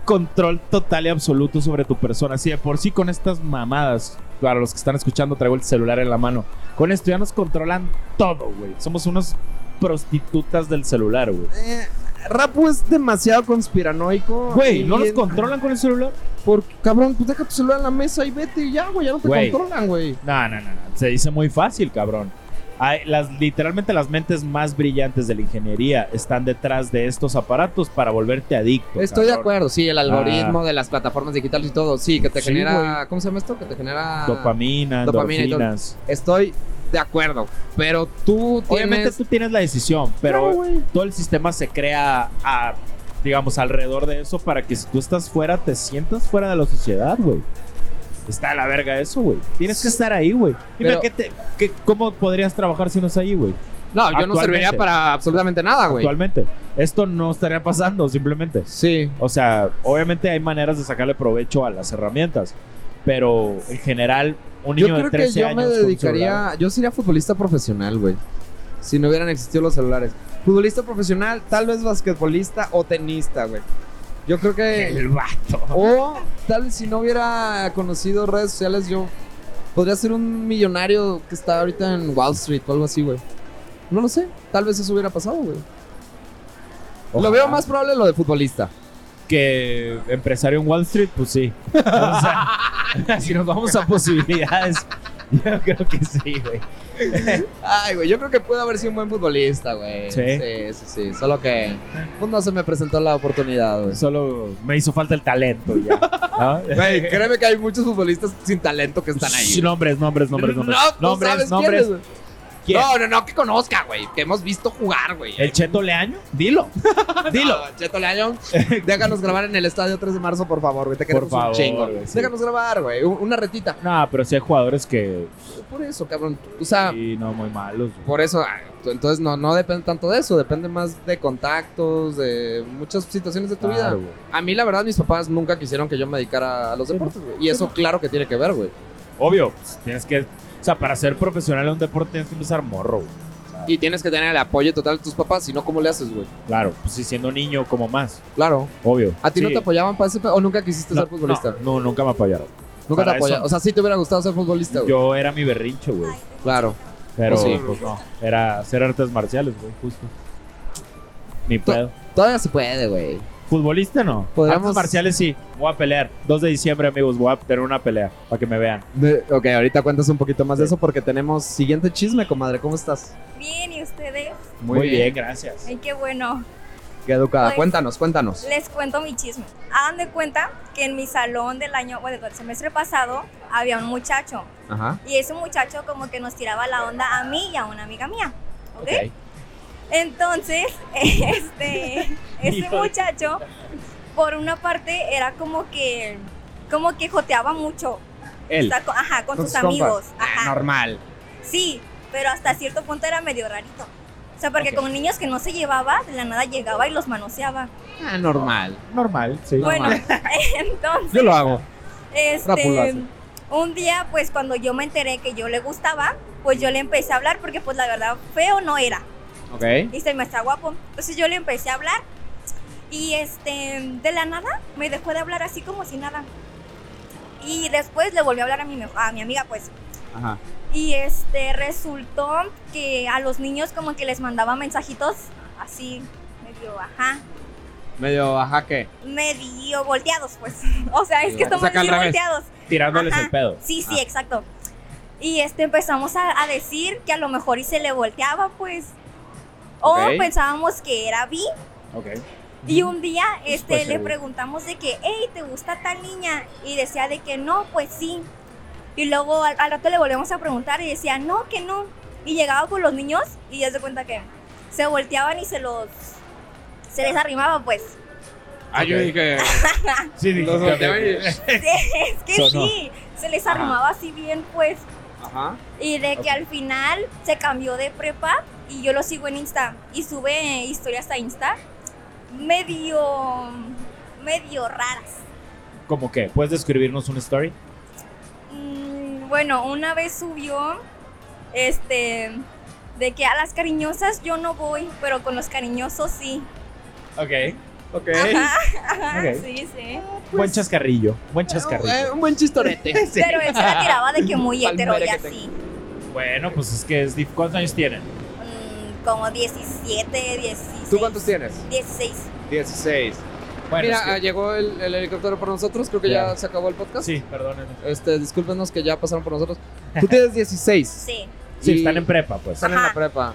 S2: control total y absoluto sobre tu persona. Así de por sí con estas mamadas, para los que están escuchando, traigo el celular en la mano. Con esto ya nos controlan todo, güey. Somos unas prostitutas del celular, güey.
S1: Eh, Rapu es demasiado conspiranoico.
S2: Güey, ¿no
S1: Y
S2: nos
S1: en-
S2: controlan con el celular?
S1: Por, cabrón, pues deja tu celular en la mesa y vete y ya, güey. Ya no te
S2: Güey.
S1: controlan, güey.
S2: No, no, no, no. Se dice muy fácil, cabrón. Hay- las, literalmente las mentes más brillantes de la ingeniería están detrás de estos aparatos para volverte adicto.
S1: Estoy de
S2: cabrón.
S1: acuerdo, sí, el algoritmo de las plataformas digitales y todo, sí, que te
S2: Ah. Sí,
S1: genera, ¿cómo se llama esto? Que te genera
S2: Dopamina,
S1: Dopamina y todo.
S2: endorfinas.
S1: Estoy de acuerdo, pero tú
S2: Obviamente
S1: tienes
S2: tú tienes la decisión, pero todo el sistema se crea a, digamos, alrededor de eso para que si tú estás fuera, te sientas fuera de la sociedad, güey. Está a la verga eso, güey. Tienes que estar ahí, güey. Mira,
S1: Pero-
S2: ¿qué te- qué- ¿cómo podrías trabajar si no estás ahí, güey?
S1: No, yo no
S2: Actualmente.
S1: serviría para absolutamente nada, güey.
S2: Actualmente. Esto no estaría pasando, simplemente.
S1: Sí.
S2: O sea, obviamente hay maneras de sacarle provecho a las herramientas, pero en general, un niño
S1: Yo
S2: de
S1: creo que
S2: 13
S1: yo me
S2: años. con un celular-
S1: dedicaría, yo sería futbolista profesional, güey. Si no hubieran existido los celulares. Futbolista profesional, tal vez basquetbolista o tenista, güey. Yo creo que
S2: El vato.
S1: o tal vez si no hubiera conocido redes sociales yo podría ser un millonario que está ahorita en Wall Street o algo así, güey. No lo sé, tal vez eso hubiera pasado, güey. Lo veo más probable lo de futbolista.
S2: que empresario en Wall Street, pues sí. O sea, si nos vamos a posibilidades, yo creo que sí, güey.
S1: Ay, güey, yo creo que puedo haber sido un buen futbolista, güey.
S2: ¿Sí?
S1: sí, sí, sí. Solo que pues, no se me presentó la oportunidad, güey.
S2: Solo me hizo falta el talento y ya. ¿no?
S1: Güey, créeme que hay muchos futbolistas sin talento que están ahí.
S2: Shh, Nombres, nombres, nombres, nombres.
S1: No, tú
S2: nombres,
S1: sabes
S2: nombres.
S1: quiénes, güey.
S2: ¿Quién?
S1: No, no, no, que conozca, güey. Que hemos visto jugar, güey.
S2: ¿El Cheto Leaño? Dilo. Dilo.
S1: No, Cheto Leaño, déjanos grabar en el estadio 3 de marzo, por favor, güey. Te queremos un
S2: favor,
S1: chingo. güey.
S2: güey, sí.
S1: Déjanos grabar, güey. un- Una retita.
S2: No, pero sí hay jugadores que.
S1: Por eso, cabrón. O sea,
S2: Sí, no, muy malos. güey.
S1: por eso. ah, Entonces, no, no depende tanto de eso. Depende más de contactos, de muchas situaciones de tu vida.
S2: Claro, güey.
S1: A mí, la verdad, mis papás nunca quisieron que yo me dedicara a los deportes, güey. Y eso, claro que tiene que ver, güey.
S2: Obvio, pues, tienes que. O sea, para ser profesional en un deporte tienes que empezar morro, güey.
S1: Y tienes que tener el apoyo total de tus papás, si no, ¿cómo le haces, güey?
S2: Claro, pues sí, siendo niño como más.
S1: Claro.
S2: Obvio.
S1: ¿A ti no
S2: Sí.
S1: te apoyaban para ese pe- o nunca quisiste ser futbolista?
S2: No, no, nunca me apoyaron.
S1: nunca te
S2: para
S1: apoyaban.
S2: eso-
S1: O sea, sí te hubiera gustado ser futbolista, güey.
S2: Yo era mi berrinche, güey.
S1: Claro.
S2: Pero
S1: Pues sí.
S2: pues no, era hacer artes marciales, güey, justo. Ni pedo.
S1: Todavía se puede, güey.
S2: Futbolista no.
S1: Podríamos-
S2: Artes marciales sí. Voy a pelear. 2 de diciembre, amigos, voy a tener una pelea para que me vean.
S1: De- ok, ahorita cuentas un poquito más de
S2: Sí.
S1: eso porque tenemos siguiente chisme, comadre. ¿Cómo estás?
S10: Bien, ¿y ustedes?
S2: Muy, bien. gracias.
S10: Ay, qué bueno.
S1: Qué educada.
S10: Pues-
S1: cuéntanos,
S5: Eh.
S1: cuéntanos.
S10: Les cuento mi chisme. Hagan de cuenta que en mi salón del año, bueno, del semestre pasado, había un muchacho.
S1: Ajá.
S10: Y ese muchacho como que nos tiraba la onda a mí y a una amiga mía. ¿Ok?
S1: Ok.
S10: Entonces, este, este muchacho, por una parte, era como que, como que joteaba mucho.
S1: Él.
S10: O
S1: Ah,
S10: sea, con, ajá, con,
S1: Con
S10: sus
S1: sus compas.
S10: amigos. Ajá.
S1: Normal.
S10: Sí, pero hasta cierto punto era medio rarito. O sea, porque con niños que no se llevaba, de la nada llegaba y los manoseaba.
S1: Ah, normal.
S2: Normal, sí.
S10: Bueno,
S1: mames.
S10: entonces,
S1: Yo lo hago. Rapu lo hace.
S10: este, un día, pues cuando yo me enteré que yo le gustaba, pues yo le empecé a hablar porque pues la verdad feo no era.
S1: Ok.
S10: Y se me está guapo. Entonces yo le empecé a hablar y este, de la nada me dejó de hablar así como si nada. Y después le volví a hablar a mi, mejo- a mi amiga, pues.
S1: Ajá.
S10: Y este resultó que a los niños como que les mandaba mensajitos así medio ajá,
S1: Medio ajá que.
S10: medio volteados pues. O sea, es que
S1: O sea,
S10: estamos
S1: que al
S10: bien
S1: revés.
S10: volteados.
S2: Tirándoles
S10: Ajá.
S2: el pedo.
S10: Sí, sí, exacto. Y este empezamos a, a decir que a lo mejor y se le volteaba pues. O
S1: Ok.
S10: pensábamos que era bi.
S2: Ok.
S10: Y un día este,
S2: puede ser,
S10: le
S2: güey.
S10: preguntamos de que, hey, ¿te gusta tal niña? Y decía de que no, pues sí. Y luego al, al rato le volvemos a preguntar y decía, no, que no. Y llegaba con los niños y ya se cuenta que se volteaban y se los. se les arrimaba, pues.
S3: Ah, yo dije.
S2: Sí, dije,
S3: Los
S2: "Cabrón".
S3: volteaban y-
S10: Sí, es que
S2: Sonó.
S10: sí, se les
S3: Ajá.
S10: arrimaba así bien, pues.
S1: Ajá.
S10: Y de que al final se cambió de prepa y yo lo sigo en Insta y sube historias a Insta medio medio raras.
S2: ¿Cómo qué? ¿Puedes describirnos una story?
S10: Mm, bueno, una vez subió este de que a las cariñosas yo no voy, pero con los cariñosos sí.
S2: Ok. Ok.
S10: Ajá, ajá,
S2: Ok.
S10: sí, sí.
S1: Ah,
S2: buen chascarrillo. Buen chascarrillo.
S1: eh, un buen chistorete.
S2: Sí.
S10: Pero él se la tiraba de que muy hetero y
S1: Palmera que
S10: así.
S2: Bueno, pues es que es dif- ¿Cuántos años tienen?
S10: Mm, como 17, 16.
S1: ¿Tú cuántos tienes?
S10: 16.
S1: 16.
S2: Bueno,
S1: Mira,
S2: es que-
S1: ah, llegó el, el helicóptero por nosotros, creo que
S2: Ya.
S1: ya se acabó el podcast.
S2: Sí, perdónenme.
S1: Este, discúlpenos que ya pasaron por nosotros. Tú tienes 16.
S10: Sí.
S2: Sí,
S1: Y
S2: están en prepa, pues.
S1: Están en la
S10: Ajá.
S1: prepa.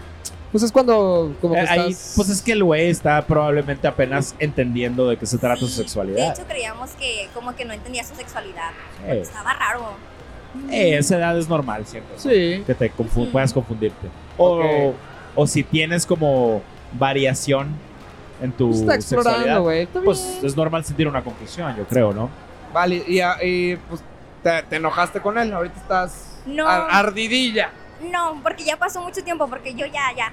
S1: Pues es cuando como que
S2: Eh, ahí,
S1: estás-
S2: pues es que el güey está probablemente apenas entendiendo de qué se trata su
S10: Sí. De
S2: sexualidad.
S10: hecho, pues, creíamos que como que no entendía su sexualidad.
S2: Eh,
S10: Estaba raro.
S2: eh, esa edad es normal siempre. ¿no?
S1: Sí.
S2: Que te confu-
S10: Ujú.
S2: puedas confundirte. O,
S1: Ok.
S2: o si tienes como variación en tu
S1: Pues está
S2: sexualidad.
S1: explorando, güey. Está
S2: Pues
S1: bien.
S2: es normal sentir una confusión, yo creo, ¿no?
S1: Vale, y, ah, y, pues te, te enojaste con él. Ahorita estás
S10: No.
S1: ar- ardidilla.
S10: No, porque ya pasó mucho tiempo, porque yo ya, ya,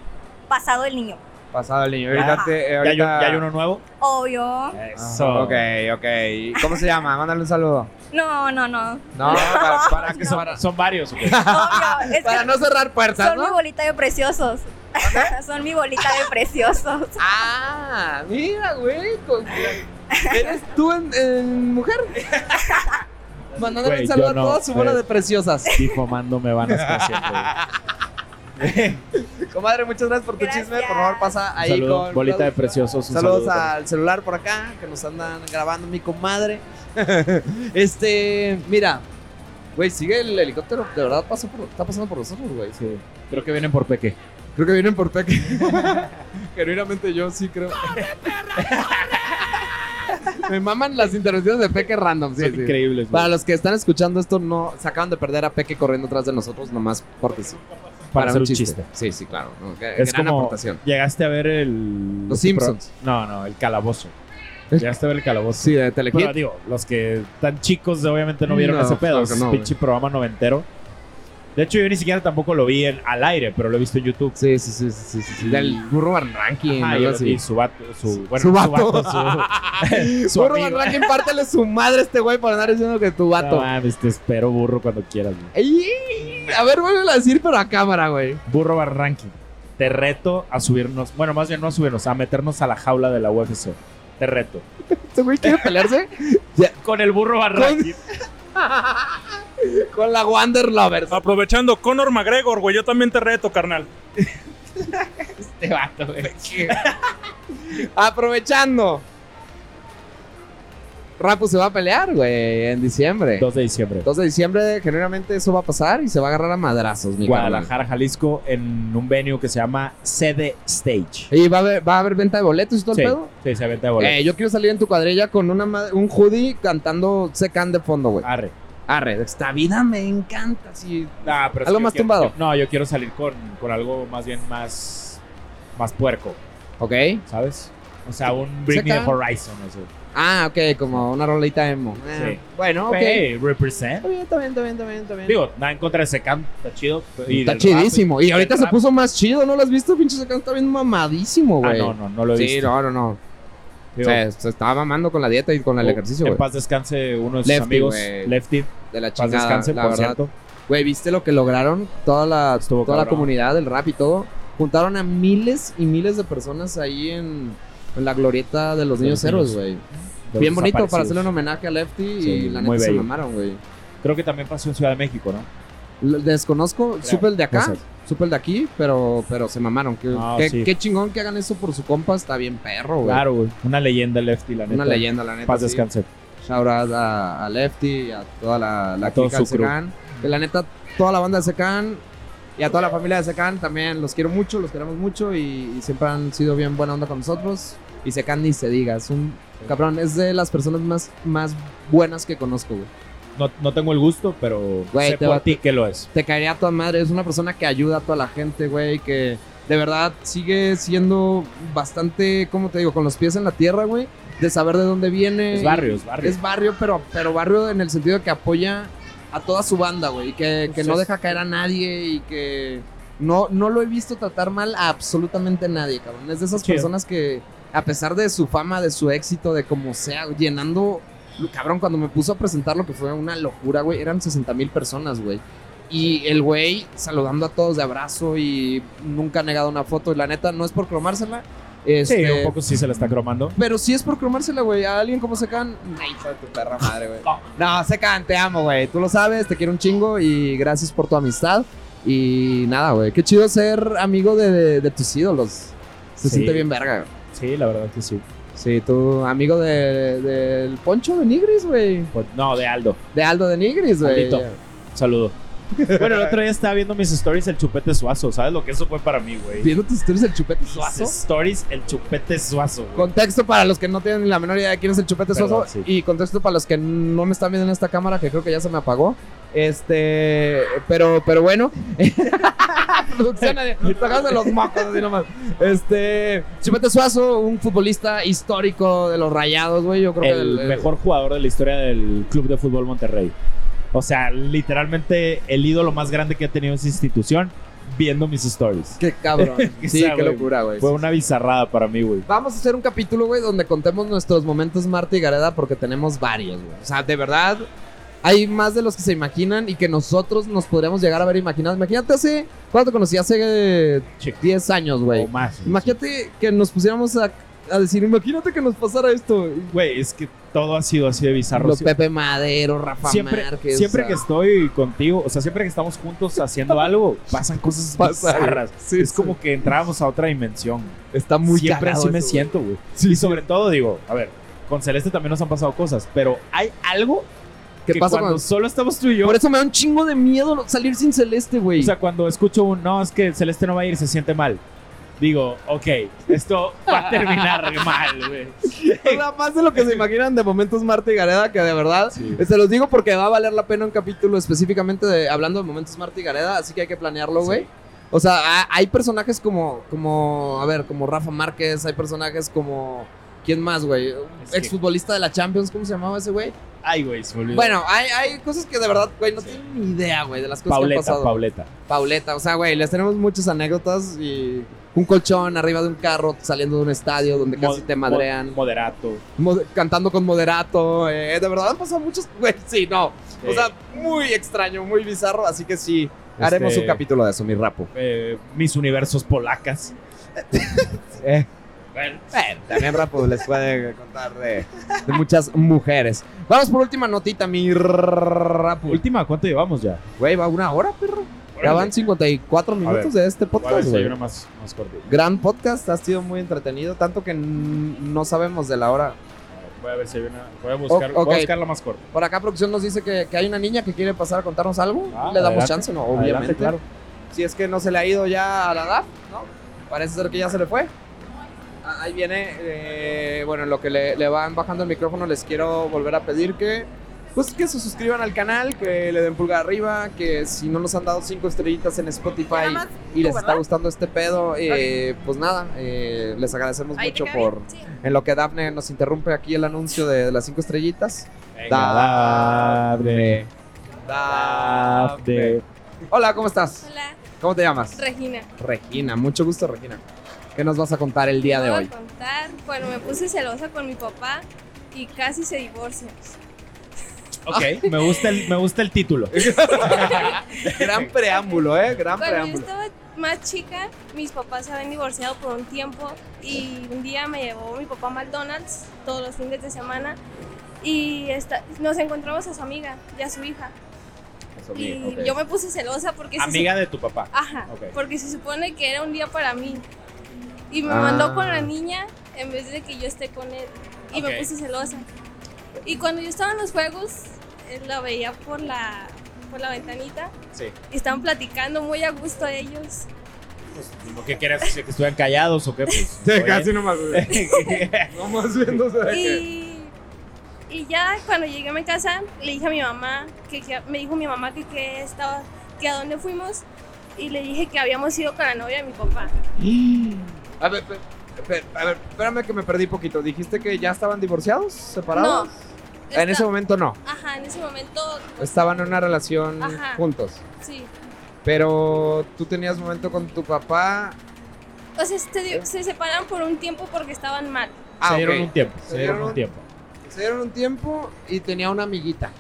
S10: pasado el niño.
S1: Pasado el niño. Ahorita
S10: Ya.
S1: te- eh,
S2: Ah, ¿Ya hay, un-
S1: ahorita-
S2: ya hay uno nuevo?
S10: Obvio.
S2: Eso.
S1: Ah, ok, ok. ¿Y ¿Cómo se llama? Mándale un saludo.
S10: No, no, no.
S1: No, para, para que
S2: Son,
S1: para,
S2: son varios. güey.
S10: Obvio. Es que
S1: para no cerrar puertas,
S10: son mi
S1: ¿no?
S10: bolita de preciosos. son mi bolita de preciosos.
S1: Ah, mira, güey. con- Eres tú en, en mujer. Mandándole
S2: Güey,
S1: un saludo
S2: yo
S1: a
S2: no, eh.
S1: toda su bola
S2: güey.
S1: de preciosas.
S2: Tipo, mando, me van a estar haciendo, güey.
S1: Comadre, muchas gracias por tu
S10: Gracias.
S1: chisme. Por favor, pasa ahí
S2: Saludo,
S1: con.
S2: bolita de preciosos. un
S1: Saludos
S2: saludo también.
S1: al celular por acá que nos andan grabando mi comadre. este, mira, güey, sigue el helicóptero. De verdad pasó por- está pasando por nosotros, güey.
S2: Sí. Creo que vienen por Peque.
S1: Creo que vienen por Peque. Genuinamente yo sí creo. Me maman las intervenciones de Peque random, sí,
S2: Son
S1: sí.
S2: increíbles.
S1: Para
S2: güey.
S1: los que están escuchando esto, no se acaban de perder a Peque corriendo atrás de nosotros, nomás porque sí.
S2: Para, hacer un chiste.
S1: Sí, sí, claro. ¿no? Qué-
S2: Es
S1: Gran
S2: como.
S1: aportación.
S2: Llegaste a ver el. este
S1: Los Simpsons.
S2: No, no, el calabozo.
S1: El-
S2: Llegaste a ver el calabozo.
S1: Sí, de
S2: Pero
S1: Telehit.
S2: digo, los que tan chicos obviamente no vieron
S1: No,
S2: ese pedo.
S1: claro que
S2: es
S1: no,
S2: pinche programa noventero. De hecho, yo ni siquiera tampoco lo vi en- al aire, pero lo he visto en YouTube.
S1: Sí, sí, sí, sí, sí, sí, sí. Del burro Van Ranking,
S2: Ah, y,
S1: algo así.
S2: y su vato. Su, bueno,
S1: su
S2: su
S1: vato.
S2: vato, su- su
S1: burro
S2: amigo.
S1: Van Ranking, pártale su madre a este güey por andar diciendo que tu
S2: No
S1: vato.
S2: mames, te espero burro cuando quieras, güey.
S1: Ey, a ver, vuelve a decir, pero a cámara, güey.
S2: Burro Barranqui, te reto a subirnos, bueno, más bien no a subirnos, a meternos a la jaula de la UFC. Te reto.
S1: Este güey quiere pelearse
S2: Con el burro Barranqui.
S1: con la Wander Lovers.
S8: Aprovechando, Conor McGregor, güey, yo también te reto, carnal.
S2: Este vato, güey.
S1: pues. Aprovechando. Rapu se va a pelear, güey, en diciembre.
S2: 2 de diciembre.
S1: 2 de diciembre, generalmente eso va a pasar y se va a agarrar a madrazos, mi carnal.
S2: Guadalajara, Jalisco, en un venue que se llama Sede Stage.
S1: ¿Y va a, haber, va a haber venta de boletos y todo
S2: Sí,
S1: el pedo?
S2: sí, se venta de boletos.
S1: Eh, yo quiero salir en tu cuadrilla con una ma- un hoodie cantando Secan de fondo, güey.
S2: Arre.
S1: Arre, esta vida me encanta. Sí.
S2: Nah, pero es
S1: Algo
S2: que yo
S1: más
S2: quiero-
S1: tumbado.
S2: no, yo quiero salir con, con algo más bien más, más puerco,
S1: ¿Ok?
S2: ¿sabes? O sea, un Bring Me
S1: Seca.
S2: the Horizon. Eso.
S1: Ah, ok, como una rolita emo. Eh,
S2: Sí. Pues.
S1: Bueno, ok.
S2: Hey, represent.
S1: Está bien, está bien, está bien, está bien, está bien.
S2: Digo, nada en contra de Secam, está chido. y
S1: está
S2: del rap,
S1: chidísimo. Y ahorita
S2: del
S1: se
S2: rap.
S1: puso más chido, ¿no lo has visto? Pinche Secan está bien mamadísimo,
S2: Ah,
S1: güey.
S2: no, no, no lo he
S1: sí,
S2: visto.
S1: no, no, no.
S2: Digo,
S1: se, se estaba mamando con la dieta y con el
S2: oh,
S1: ejercicio,
S2: En
S1: güey.
S2: paz descanse uno de sus
S1: Lefty,
S2: amigos,
S1: güey.
S2: Lefty. En
S1: De la
S2: paz
S1: chingada,
S2: descanse,
S1: la
S2: por
S1: verdad.
S2: cierto.
S1: Güey, ¿viste lo que lograron? Toda la,
S2: Estuvo
S1: toda la
S2: cabrón.
S1: comunidad del rap y todo. Juntaron a miles y miles de personas ahí en, en la glorieta de los
S2: De
S1: niños
S2: los
S1: héroes,
S2: niños.
S1: güey.
S2: de
S1: Bien
S2: los
S1: bonito para
S2: desaparecidos.
S1: hacerle un homenaje a Lefty y
S2: Sí,
S1: la
S2: muy
S1: neta se
S2: bello.
S1: mamaron, güey.
S2: Creo que también pasó en Ciudad de México, ¿no?
S1: Lo- Desconozco, supe el de acá,
S2: Cosas.
S1: supe el de aquí, pero, pero se mamaron. Qué,
S2: Ah,
S1: qué-
S2: sí.
S1: qué chingón que hagan eso por su compa, está bien perro, güey.
S2: Claro, güey. Una leyenda, Lefty, la neta.
S1: Una leyenda, la neta.
S2: Paz
S1: sí.
S2: descanse.
S1: Shout out a, a Lefty, a toda la, la
S2: A todo
S1: clica de
S2: su crew.
S1: Secan. Que la neta, toda la banda de Secan y a toda la familia de Secan también los quiero mucho, los queremos mucho y, y siempre han sido bien buena onda con nosotros. Y Secan ni se diga, es un cabrón, es de las personas más, más buenas que conozco, güey.
S2: no, no tengo el gusto, pero
S1: Güey,
S2: sé
S1: te
S2: por
S1: va-
S2: ti que lo es.
S1: Te caería a toda madre. Es una persona que ayuda a toda la gente, güey. Que de verdad sigue siendo bastante, ¿cómo te digo? Con los pies en la tierra, güey. De saber de dónde viene.
S2: Es barrio, es barrio.
S1: Es barrio, pero, pero barrio en el sentido de que apoya a toda su banda, güey. y Que, que
S2: Pues
S1: no
S2: es-
S1: deja caer a nadie y que no, no lo he visto tratar mal a absolutamente nadie, cabrón. Es de esas
S2: Chido.
S1: personas que, a pesar de su fama, de su éxito, de como sea, llenando. Cabrón, cuando me puso a presentar lo que fue una locura, güey, eran 60 mil personas, güey. Y el güey saludando a todos de abrazo y nunca ha negado una foto. Y la neta, no es por cromársela.
S2: Sí,
S1: este,
S2: un poco sí se la está cromando.
S1: Pero sí es por cromársela, güey. A alguien como Secan. Ay, hijo de tu perra madre, güey. No, Secan, te amo, güey. Tú lo sabes, te quiero un chingo y gracias por tu amistad. Y nada, güey. Qué chido ser amigo de, de- de tus ídolos. Se
S2: Sí.
S1: siente bien verga, güey.
S2: Sí, la verdad que sí.
S1: Sí, tú, amigo de- del Poncho de Nigris, güey.
S2: Pues, no, de Aldo.
S1: De Aldo de Nigris, güey.
S2: Aldito. Saludo. Bueno, el otro día estaba viendo mis stories el chupete suazo. ¿Sabes lo que eso fue para mí, güey?
S1: Viendo tus stories el chupete
S2: Mis
S1: suazo.
S2: stories el chupete suazo, güey.
S1: Contexto para los que no tienen la menor idea de quién es el Chupete
S2: Perdón,
S1: Soso.
S2: sí.
S1: Y contexto para los que no me están viendo en esta cámara, que creo que ya se me apagó. Este. Pero, pero bueno. Producción, adiós. Sacándose los mocos así nomás. Este. Chupete Suazo, un futbolista histórico de los rayados, güey. Yo creo que.
S2: el mejor jugador de la historia del Club de Fútbol Monterrey. O sea, literalmente el ídolo más grande que ha tenido esa institución viendo mis stories.
S1: Qué cabrón.
S2: O
S1: Pues sí,
S2: sea,
S1: qué
S2: güey,
S1: locura, güey.
S2: Fue una bizarrada para mí, güey.
S1: Vamos a hacer un capítulo, güey, donde contemos nuestros momentos Marta y Gareda porque tenemos varios, güey. O sea, de verdad, hay más de los que se imaginan y que nosotros nos podríamos llegar a haber imaginado. Imagínate hace, ¿cuánto conocí? Hace eh, 10 años, güey.
S2: O más.
S1: Imagínate que nos pusiéramos a, a decir, imagínate que nos pasara esto.
S2: Güey, es que todo ha sido así de bizarro.
S1: Los Pepe Madero, Rafa
S2: siempre
S1: Márquez.
S2: siempre
S1: o
S2: que
S1: sea,
S2: estoy contigo, o sea, siempre que estamos juntos haciendo algo, pasan cosas
S1: Pasa, güey.
S2: bizarras.
S1: Sí,
S2: es
S1: sí.
S2: como que entrábamos a otra dimensión.
S1: Está muy
S2: Siempre
S1: cagado
S2: así me
S1: eso, güey.
S2: siento, güey. y sobre todo digo, a ver, con Celeste también nos han pasado cosas, pero hay algo
S1: ¿Qué
S2: que
S1: pasa
S2: cuando
S1: cuando-
S2: solo estamos tú y yo.
S1: Por eso me da un chingo de miedo salir sin Celeste, güey.
S2: O sea, cuando escucho un no, es que Celeste no va a ir, se siente mal. Digo, ok, esto va a terminar mal, güey.
S1: O sea, más de lo que se imaginan de momentos Marta y Gareda, que de verdad eh, se los digo porque va a valer la pena un capítulo específicamente de, hablando de momentos Marta y Gareda, así que hay que planearlo, güey. O sea, ha- hay personajes como, como, a ver, como Rafa Márquez, hay personajes como, ¿quién más, güey?
S2: que-
S1: Exfutbolista de la Champions, ¿cómo se llamaba ese güey?
S2: Ay, güey, se me olvidó.
S1: Bueno, hay, hay cosas que de verdad, güey, no tienen ni idea, güey, de las cosas que han
S2: Pauleta,
S1: pasado.
S2: Pauleta.
S1: Pauleta, o sea, güey, les tenemos muchas anécdotas y un colchón arriba de un carro saliendo de un estadio donde casi
S2: Mo-
S1: te madrean.
S2: mo- moderato.
S1: Mod- cantando con moderato. eh, de verdad han pasado muchos. Güey, sí, no. O
S2: Sí.
S1: sea, muy extraño, muy bizarro. Así que sí, haremos
S2: Este-
S1: un capítulo de eso, mi rapo.
S2: eh, mis universos polacas. Bueno,
S1: también rapo les puede contar de, de muchas mujeres. Vamos por última notita, mi rapo.
S2: Última, ¿cuánto llevamos ya?
S1: Güey, va una hora, perro. Ya
S2: Órale.
S1: van 54
S2: A ver.
S1: minutos de este
S2: Voy a
S1: podcast,
S2: ver si hay
S1: güey.
S2: una más, más cortita.
S1: Gran podcast, ha sido muy entretenido, tanto que n- no sabemos de la hora.
S2: Voy a ver si hay una. Voy a buscar,
S1: O- ok.
S2: voy a buscar la más corta.
S1: Por acá producción nos dice que, que hay una niña que quiere pasar a contarnos algo.
S2: Ah,
S1: Le damos
S2: adelante.
S1: chance, ¿no?
S2: Adelante,
S1: Obviamente.
S2: claro.
S1: Si es que no se le ha ido ya a la DAF, ¿no? Parece ser que ya se le fue. Ah, Ahí viene, eh, bueno, en lo que le, le van bajando el micrófono, les quiero volver a pedir que, pues, que se suscriban al canal, que le den pulgar arriba, que si no nos han dado cinco estrellitas en Spotify
S7: Nada más
S1: y les
S7: tú,
S1: está
S7: ¿verdad?
S1: gustando este pedo, eh, pues nada, eh, les agradecemos
S7: Ahí te
S1: mucho
S7: cae bien.
S1: por, en lo que Dafne nos interrumpe aquí el anuncio de las cinco estrellitas.
S2: Venga, Dafne,
S1: Ah,
S2: Dafne.
S1: Hola, ¿cómo estás?
S11: Hola,
S1: ¿Cómo te llamas?
S11: Regina.
S1: Regina, mucho gusto, Regina. ¿Qué nos vas a contar el día de
S11: Voy
S1: hoy?
S11: a contar cuando me puse celosa con mi papá y casi se divorcian.
S1: Ah.
S2: Ok, me gusta el, me gusta el título.
S1: Gran preámbulo, ¿eh?
S2: Ah,
S1: Gran
S11: Cuando yo
S1: preámbulo.
S11: estaba más chica, mis papás se habían divorciado por un tiempo y un día me llevó mi papá a McDonald's todos los fines de semana y esta- nos encontramos a su amiga y a su hija.
S10: Mm,
S11: Y yo me puse celosa porque... se
S2: Amiga
S11: sup-
S2: de tu papá.
S11: Ajá,
S2: Ok.
S11: porque se supone que era un día para mí. Y me
S2: Ah.
S11: mandó con la niña en vez de que yo esté con él. Y
S2: Ok.
S11: me puse celosa. Y cuando yo estaba en los juegos, eh, la veía por la, por la ventanita.
S2: Sí.
S11: Y estaban platicando muy a gusto ellos.
S2: Digo, ¿Qué quieres? ¿Que estuvieran callados o qué? Pues,
S1: Sí,
S2: oye,
S1: casi nomás. güey. nomás viéndose de que-
S11: Y, Y ya cuando llegué a mi casa, le dije a mi mamá, que, que- me dijo mi mamá que, que estaba, que a dónde fuimos. Y le dije que habíamos ido con la novia de mi papá.
S1: A ver, pe- pe- a ver, espérame que me perdí poquito. ¿Dijiste que ya estaban divorciados? ¿Separados? En
S11: está-
S1: ese momento no.
S11: Ajá, en ese momento.
S1: Estaban en una relación
S11: Ajá.
S1: juntos.
S11: Sí.
S1: Pero tú tenías momento con tu papá.
S11: O sea, se,
S1: ¿Eh?
S11: dio- se separan por un tiempo porque estaban mal.
S1: Ah,
S2: se dieron
S1: ok.
S2: un tiempo, se,
S1: Se
S2: dieron,
S1: dieron-
S2: un tiempo.
S1: Se dieron un tiempo y tenía una amiguita.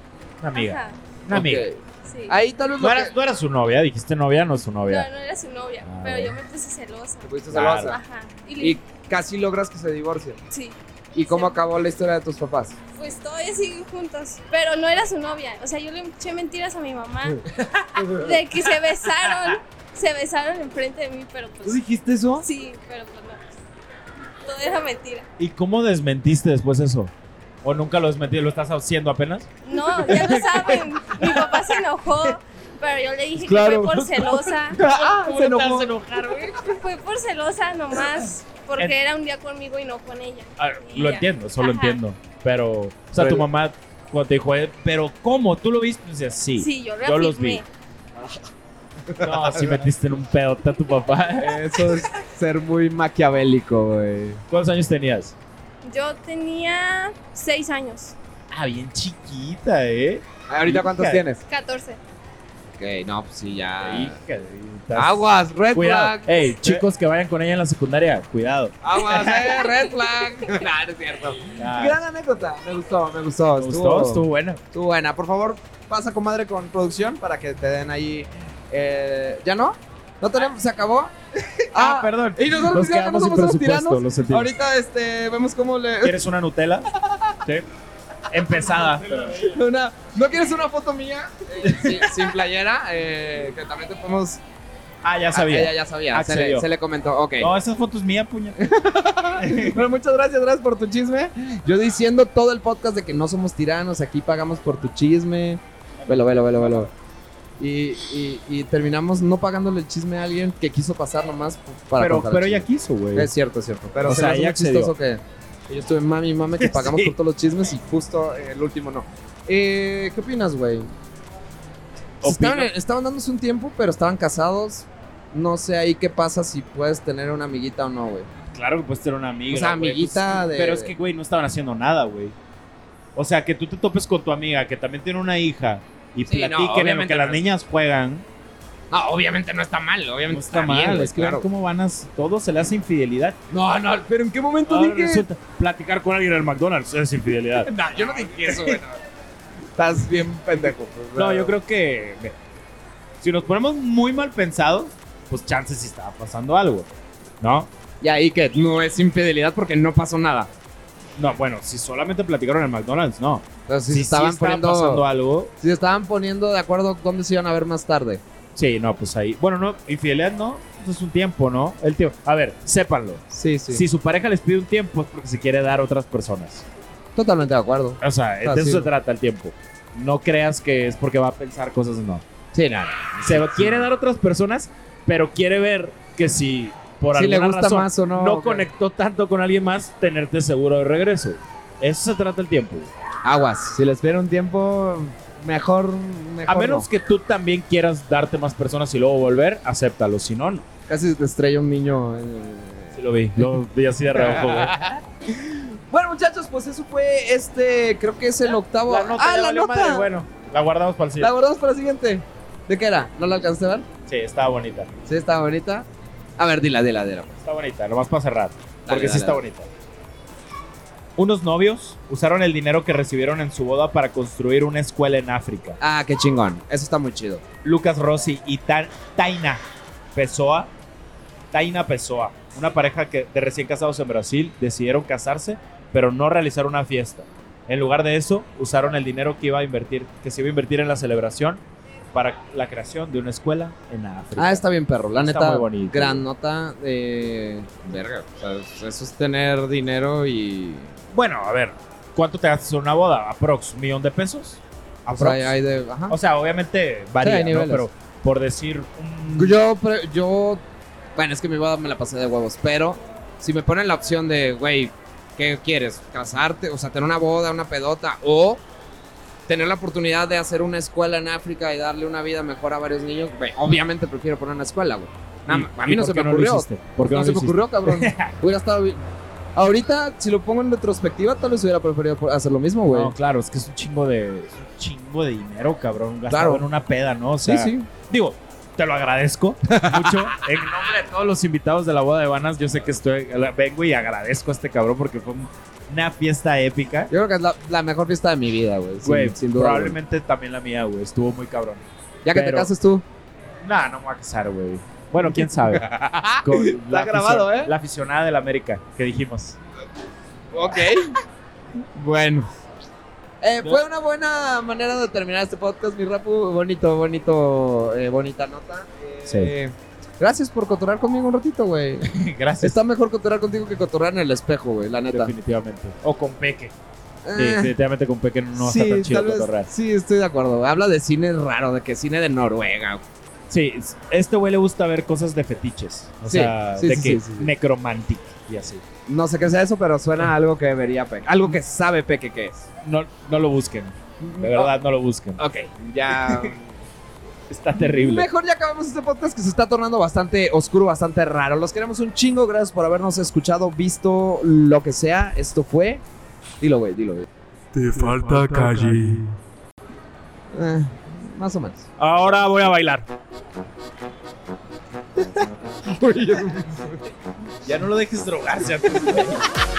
S2: Una amiga.
S11: Ajá.
S2: Una amiga.
S1: Ok. Ahí tal vez
S2: No
S1: lo
S2: era,
S1: que-
S2: no era su novia, dijiste novia, no su
S11: No, no
S2: novia.
S11: era su novia,
S2: Ah,
S11: pero
S2: bueno.
S11: yo me puse celosa. ¿Te
S1: fuiste celosa?
S11: Ajá. Y, le-
S1: Ah. Y casi logras que se divorcien.
S11: sí.
S1: ¿Y cómo acabó la historia de tus papás?
S11: Pues todavía siguen juntos, pero no era su novia. O sea, yo le eché mentiras a mi mamá de que se besaron. Se besaron enfrente de mí, pero pues.
S2: ¿Tú dijiste eso?
S11: Sí, pero pues no. Todo era mentira.
S2: ¿Y cómo desmentiste después eso? ¿O nunca lo desmentiste? ¿Lo estás haciendo apenas?
S11: No, ya lo saben. Mi papá se enojó, pero yo le dije
S2: Claro.
S11: que fue por celosa.
S2: Ah,
S11: Por-
S2: se enojó.
S11: Fue por celosa nomás, porque
S2: En-
S11: era un día conmigo y no con ella.
S2: A ver, Ah, lo
S11: Ya.
S2: entiendo, solo
S11: Ajá.
S2: entiendo. Pero, o sea, tu mamá cuando te dijo, eh, pero ¿cómo? ¿Tú lo viste? Dices, sí.
S11: Sí, yo lo
S2: los vi.
S11: afirmé.
S2: No, sí metiste en un pedote a tu papá.
S1: Eso es ser muy maquiavélico, güey.
S2: ¿Cuántos años tenías?
S11: Yo tenía 6 años,
S2: Ah, bien chiquita, ¿eh?
S1: ¿Ahorita cuántos tienes?
S11: 14.
S1: Ok, no, pues sí, ya.
S2: Hija
S1: Aguas, red
S2: Cuidado.
S1: flag.
S2: Ey, chicos que vayan con ella en la secundaria, cuidado.
S1: Aguas, eh, red flag. no, no es cierto.
S2: Ah.
S1: Gran anécdota. Me gustó, me gustó.
S2: Me gustó, estuvo buena.
S1: Estuvo buena. Por favor, pasa, comadre, con producción para que te den ahí. eh, ¿Ya no? ¿No tenemos? ¿Se acabó?
S2: Ah, perdón.
S1: Y nosotros
S2: Nos
S1: ya
S2: quedamos sin
S1: somos unos
S2: presupuesto,
S1: tiranos.
S2: lo sentimos.
S1: Ahorita este, vemos cómo le.
S2: ¿Quieres una Nutella? Sí. Empezada.
S1: Una- ¿No quieres una foto mía? Eh, sin, sin playera, eh, que también te podemos.
S2: Ah, ya sabía.
S1: Ella ya sabía, se
S2: Accedió.
S1: le, se le comentó. Ok.
S2: No, esa foto es mía, puña.
S1: Bueno, muchas gracias, gracias por tu chisme. Yo diciendo todo el podcast de que no somos tiranos, aquí pagamos por tu chisme. Velo, velo, velo, velo. Y, y- y terminamos no pagándole el chisme a alguien que quiso pasar nomás p- para
S2: Pero,
S1: contar el
S2: pero ella
S1: chisme.
S2: quiso, güey.
S1: Es cierto, es cierto. Pero
S2: O
S1: se
S2: sea,
S1: me hace
S2: ella
S1: muy chistoso que
S2: accedió.
S1: yo estuve mami, mame, que pagamos
S2: Sí.
S1: por todos los chismes y justo eh, el último no. Eh, ¿Qué opinas, güey? Estaban, estaban dándose un tiempo, pero estaban casados. No sé ahí qué pasa si puedes tener una amiguita o no, güey.
S2: Claro que puedes tener una amiga.
S1: O sea,
S2: güey,
S1: amiguita
S2: pues,
S1: de-
S2: Pero es que, güey, no estaban haciendo nada, güey. O sea, que tú te topes con tu amiga que también tiene una hija y
S1: Sí, no,
S2: platiquen en lo
S1: obviamente
S2: que las
S1: no.
S2: niñas juegan.
S1: No, obviamente no está mal, obviamente
S2: No está, mal,
S1: bien, güey,
S2: es que vean
S1: claro.
S2: cómo van a... Todo se le hace infidelidad.
S1: No, no, pero ¿en qué momento
S2: Ahora
S1: dije?
S2: resulta, platicar con alguien en el McDonald's es infidelidad.
S1: No, yo no dije eso, güey. no. Estás bien pendejo. pues,
S2: No,
S1: la-
S2: yo creo que mira, si nos ponemos muy mal pensados, pues chances si estaba pasando algo, ¿no?
S1: Y ahí que no es infidelidad porque no pasó nada.
S2: No, bueno, si solamente platicaron en el McDonald's, no.
S1: Pero si
S2: Si sí
S1: estaban
S2: estaba
S1: poniendo-
S2: pasando algo,
S1: Si se estaban poniendo de acuerdo dónde se iban a ver más tarde.
S2: sí, no, pues ahí. Bueno, no, infidelidad no, eso es un tiempo, ¿no? El tiempo. A ver, sépanlo.
S1: Sí, sí.
S2: Si su pareja les pide un tiempo es porque se quiere dar a otras personas.
S1: Totalmente de acuerdo.
S2: O sea,
S1: Ah,
S2: de eso
S1: sí.
S2: se trata el tiempo. No creas que es porque va a pensar cosas, no.
S1: Sí, nada.
S2: se quiere dar a otras personas, pero quiere ver que si por
S1: Si le
S2: alguna
S1: gusta
S2: razón
S1: más o no, ok.
S2: conectó tanto con alguien más, tenerte seguro de regreso. Eso se trata el tiempo.
S1: Aguas. Si les pidieron un tiempo, mejor. mejor
S2: a menos
S1: no.
S2: que tú también quieras darte más personas y luego volver, acéptalo. Si no, no.
S1: Casi te estrella un niño. eh.
S2: Sí lo vi. Lo vi así de reojo, güey.
S1: Bueno, muchachos, pues eso fue este. Creo que es el octavo.
S2: La nota,
S1: ah,
S2: ya
S1: la
S2: valió
S1: nota.
S2: madre, bueno, la guardamos para el
S1: La
S2: siguiente.
S1: guardamos para el siguiente. ¿De qué era? ¿No la alcanzaste a ver?
S2: Sí, está bonita.
S1: Sí, está bonita. A ver, dila, dila, dila.
S2: Está bonita, nomás para cerrar. Porque
S1: dale,
S2: sí está
S1: dale.
S2: bonita. Unos novios usaron el dinero que recibieron en su boda para construir una escuela en África.
S1: Ah, qué chingón. Eso está muy chido.
S2: Lucas Rossi y Ta- Taina Pessoa. Taina Pessoa, una pareja que, de recién casados en Brasil, decidieron casarse, pero no realizar una fiesta. En lugar de eso, usaron el dinero que iba a invertir, que se iba a invertir en la celebración para la creación de una escuela en África.
S1: Ah, está bien, perro. La
S2: Está
S1: neta,
S2: muy bonito.
S1: gran nota. Eh, verga. O sea, eso es tener dinero y.
S2: Bueno, a ver, ¿cuánto te gastas en una boda? ¿Aprox? ¿Un millón de pesos?
S1: O sea,
S2: ¿Aprox?
S1: pues, hay, hay de. Ajá.
S2: O sea, obviamente varía,
S1: Sí, hay
S2: ¿no?
S1: niveles.
S2: Pero por decir un-
S1: yo, pre- yo. Bueno, es que mi boda me la pasé de huevos, pero si me ponen la opción de, güey, ¿Qué quieres? ¿Casarte? O sea, tener una boda, una pedota. O tener la oportunidad de hacer una escuela en África y darle una vida mejor a varios niños. Güey, obviamente prefiero poner una escuela, güey. Nada más, a mí
S2: y
S1: no
S2: por
S1: se
S2: qué
S1: me
S2: lo
S1: ocurrió.
S2: hiciste? ¿Por qué
S1: no
S2: lo
S1: se me
S2: hiciste?
S1: ocurrió, cabrón. Hubiera estado. bi- Ahorita, si lo pongo en retrospectiva, tal vez hubiera preferido hacer lo mismo, güey.
S2: No, claro, es que es un chingo de. es un chingo de dinero, cabrón. Gastado
S1: Claro.
S2: en una peda, ¿no? O sea,
S1: Sí, sí.
S2: Digo, te lo agradezco mucho. en nombre de todos los invitados de la boda de Vanas, yo sé que estoy. la- Vengo y agradezco a este cabrón porque fue un- una fiesta épica.
S1: Yo creo que es la, la mejor fiesta de mi vida, güey. sin-
S2: Güey,
S1: sin, duda. güey.
S2: probablemente también la mía, güey. Estuvo muy cabrón.
S1: Ya que te
S2: Pero-
S1: cases tú.
S2: Nah, no me voy a casar, güey. Bueno, quién sabe. Con la
S1: grabado, ¿eh?
S2: aficion- La aficionada del América, que dijimos.
S1: Ok.
S2: Bueno.
S1: Eh, fue una buena manera de terminar este podcast, mi Rapu. Bonito, bonito, eh, bonita nota. Eh, Gracias por cotorrar conmigo un ratito, güey.
S2: Gracias.
S1: Está mejor cotorrar contigo que cotorrar en el espejo, güey, la neta.
S2: Definitivamente. O con Peque. Sí,
S1: Eh.
S2: definitivamente con Peque no está tan chido
S1: tal vez-
S2: cotorrear.
S1: sí, estoy de acuerdo. Habla de cine raro, de que cine de Noruega.
S2: Sí, es- este güey le gusta ver cosas de fetiches. O
S1: Sí,
S2: sea,
S1: sí,
S2: de
S1: sí,
S2: que
S1: sí, sí, sí.
S2: necromantic y así.
S1: No sé qué sea eso, pero suena a algo que vería Peque. Algo que sabe Peque que es. Oh,
S2: No, no lo busquen. De verdad, no lo busquen.
S1: Ok, ya.
S2: Está terrible.
S1: Mejor ya acabamos este podcast que se está tornando bastante oscuro, bastante raro. Los queremos un chingo. Gracias por habernos escuchado, visto lo que sea. Esto fue. Dilo, güey, dilo, güey.
S8: Te falta calle.
S1: Eh, más o menos.
S2: Ahora voy a bailar. ya no lo dejes drogarse a tu güey.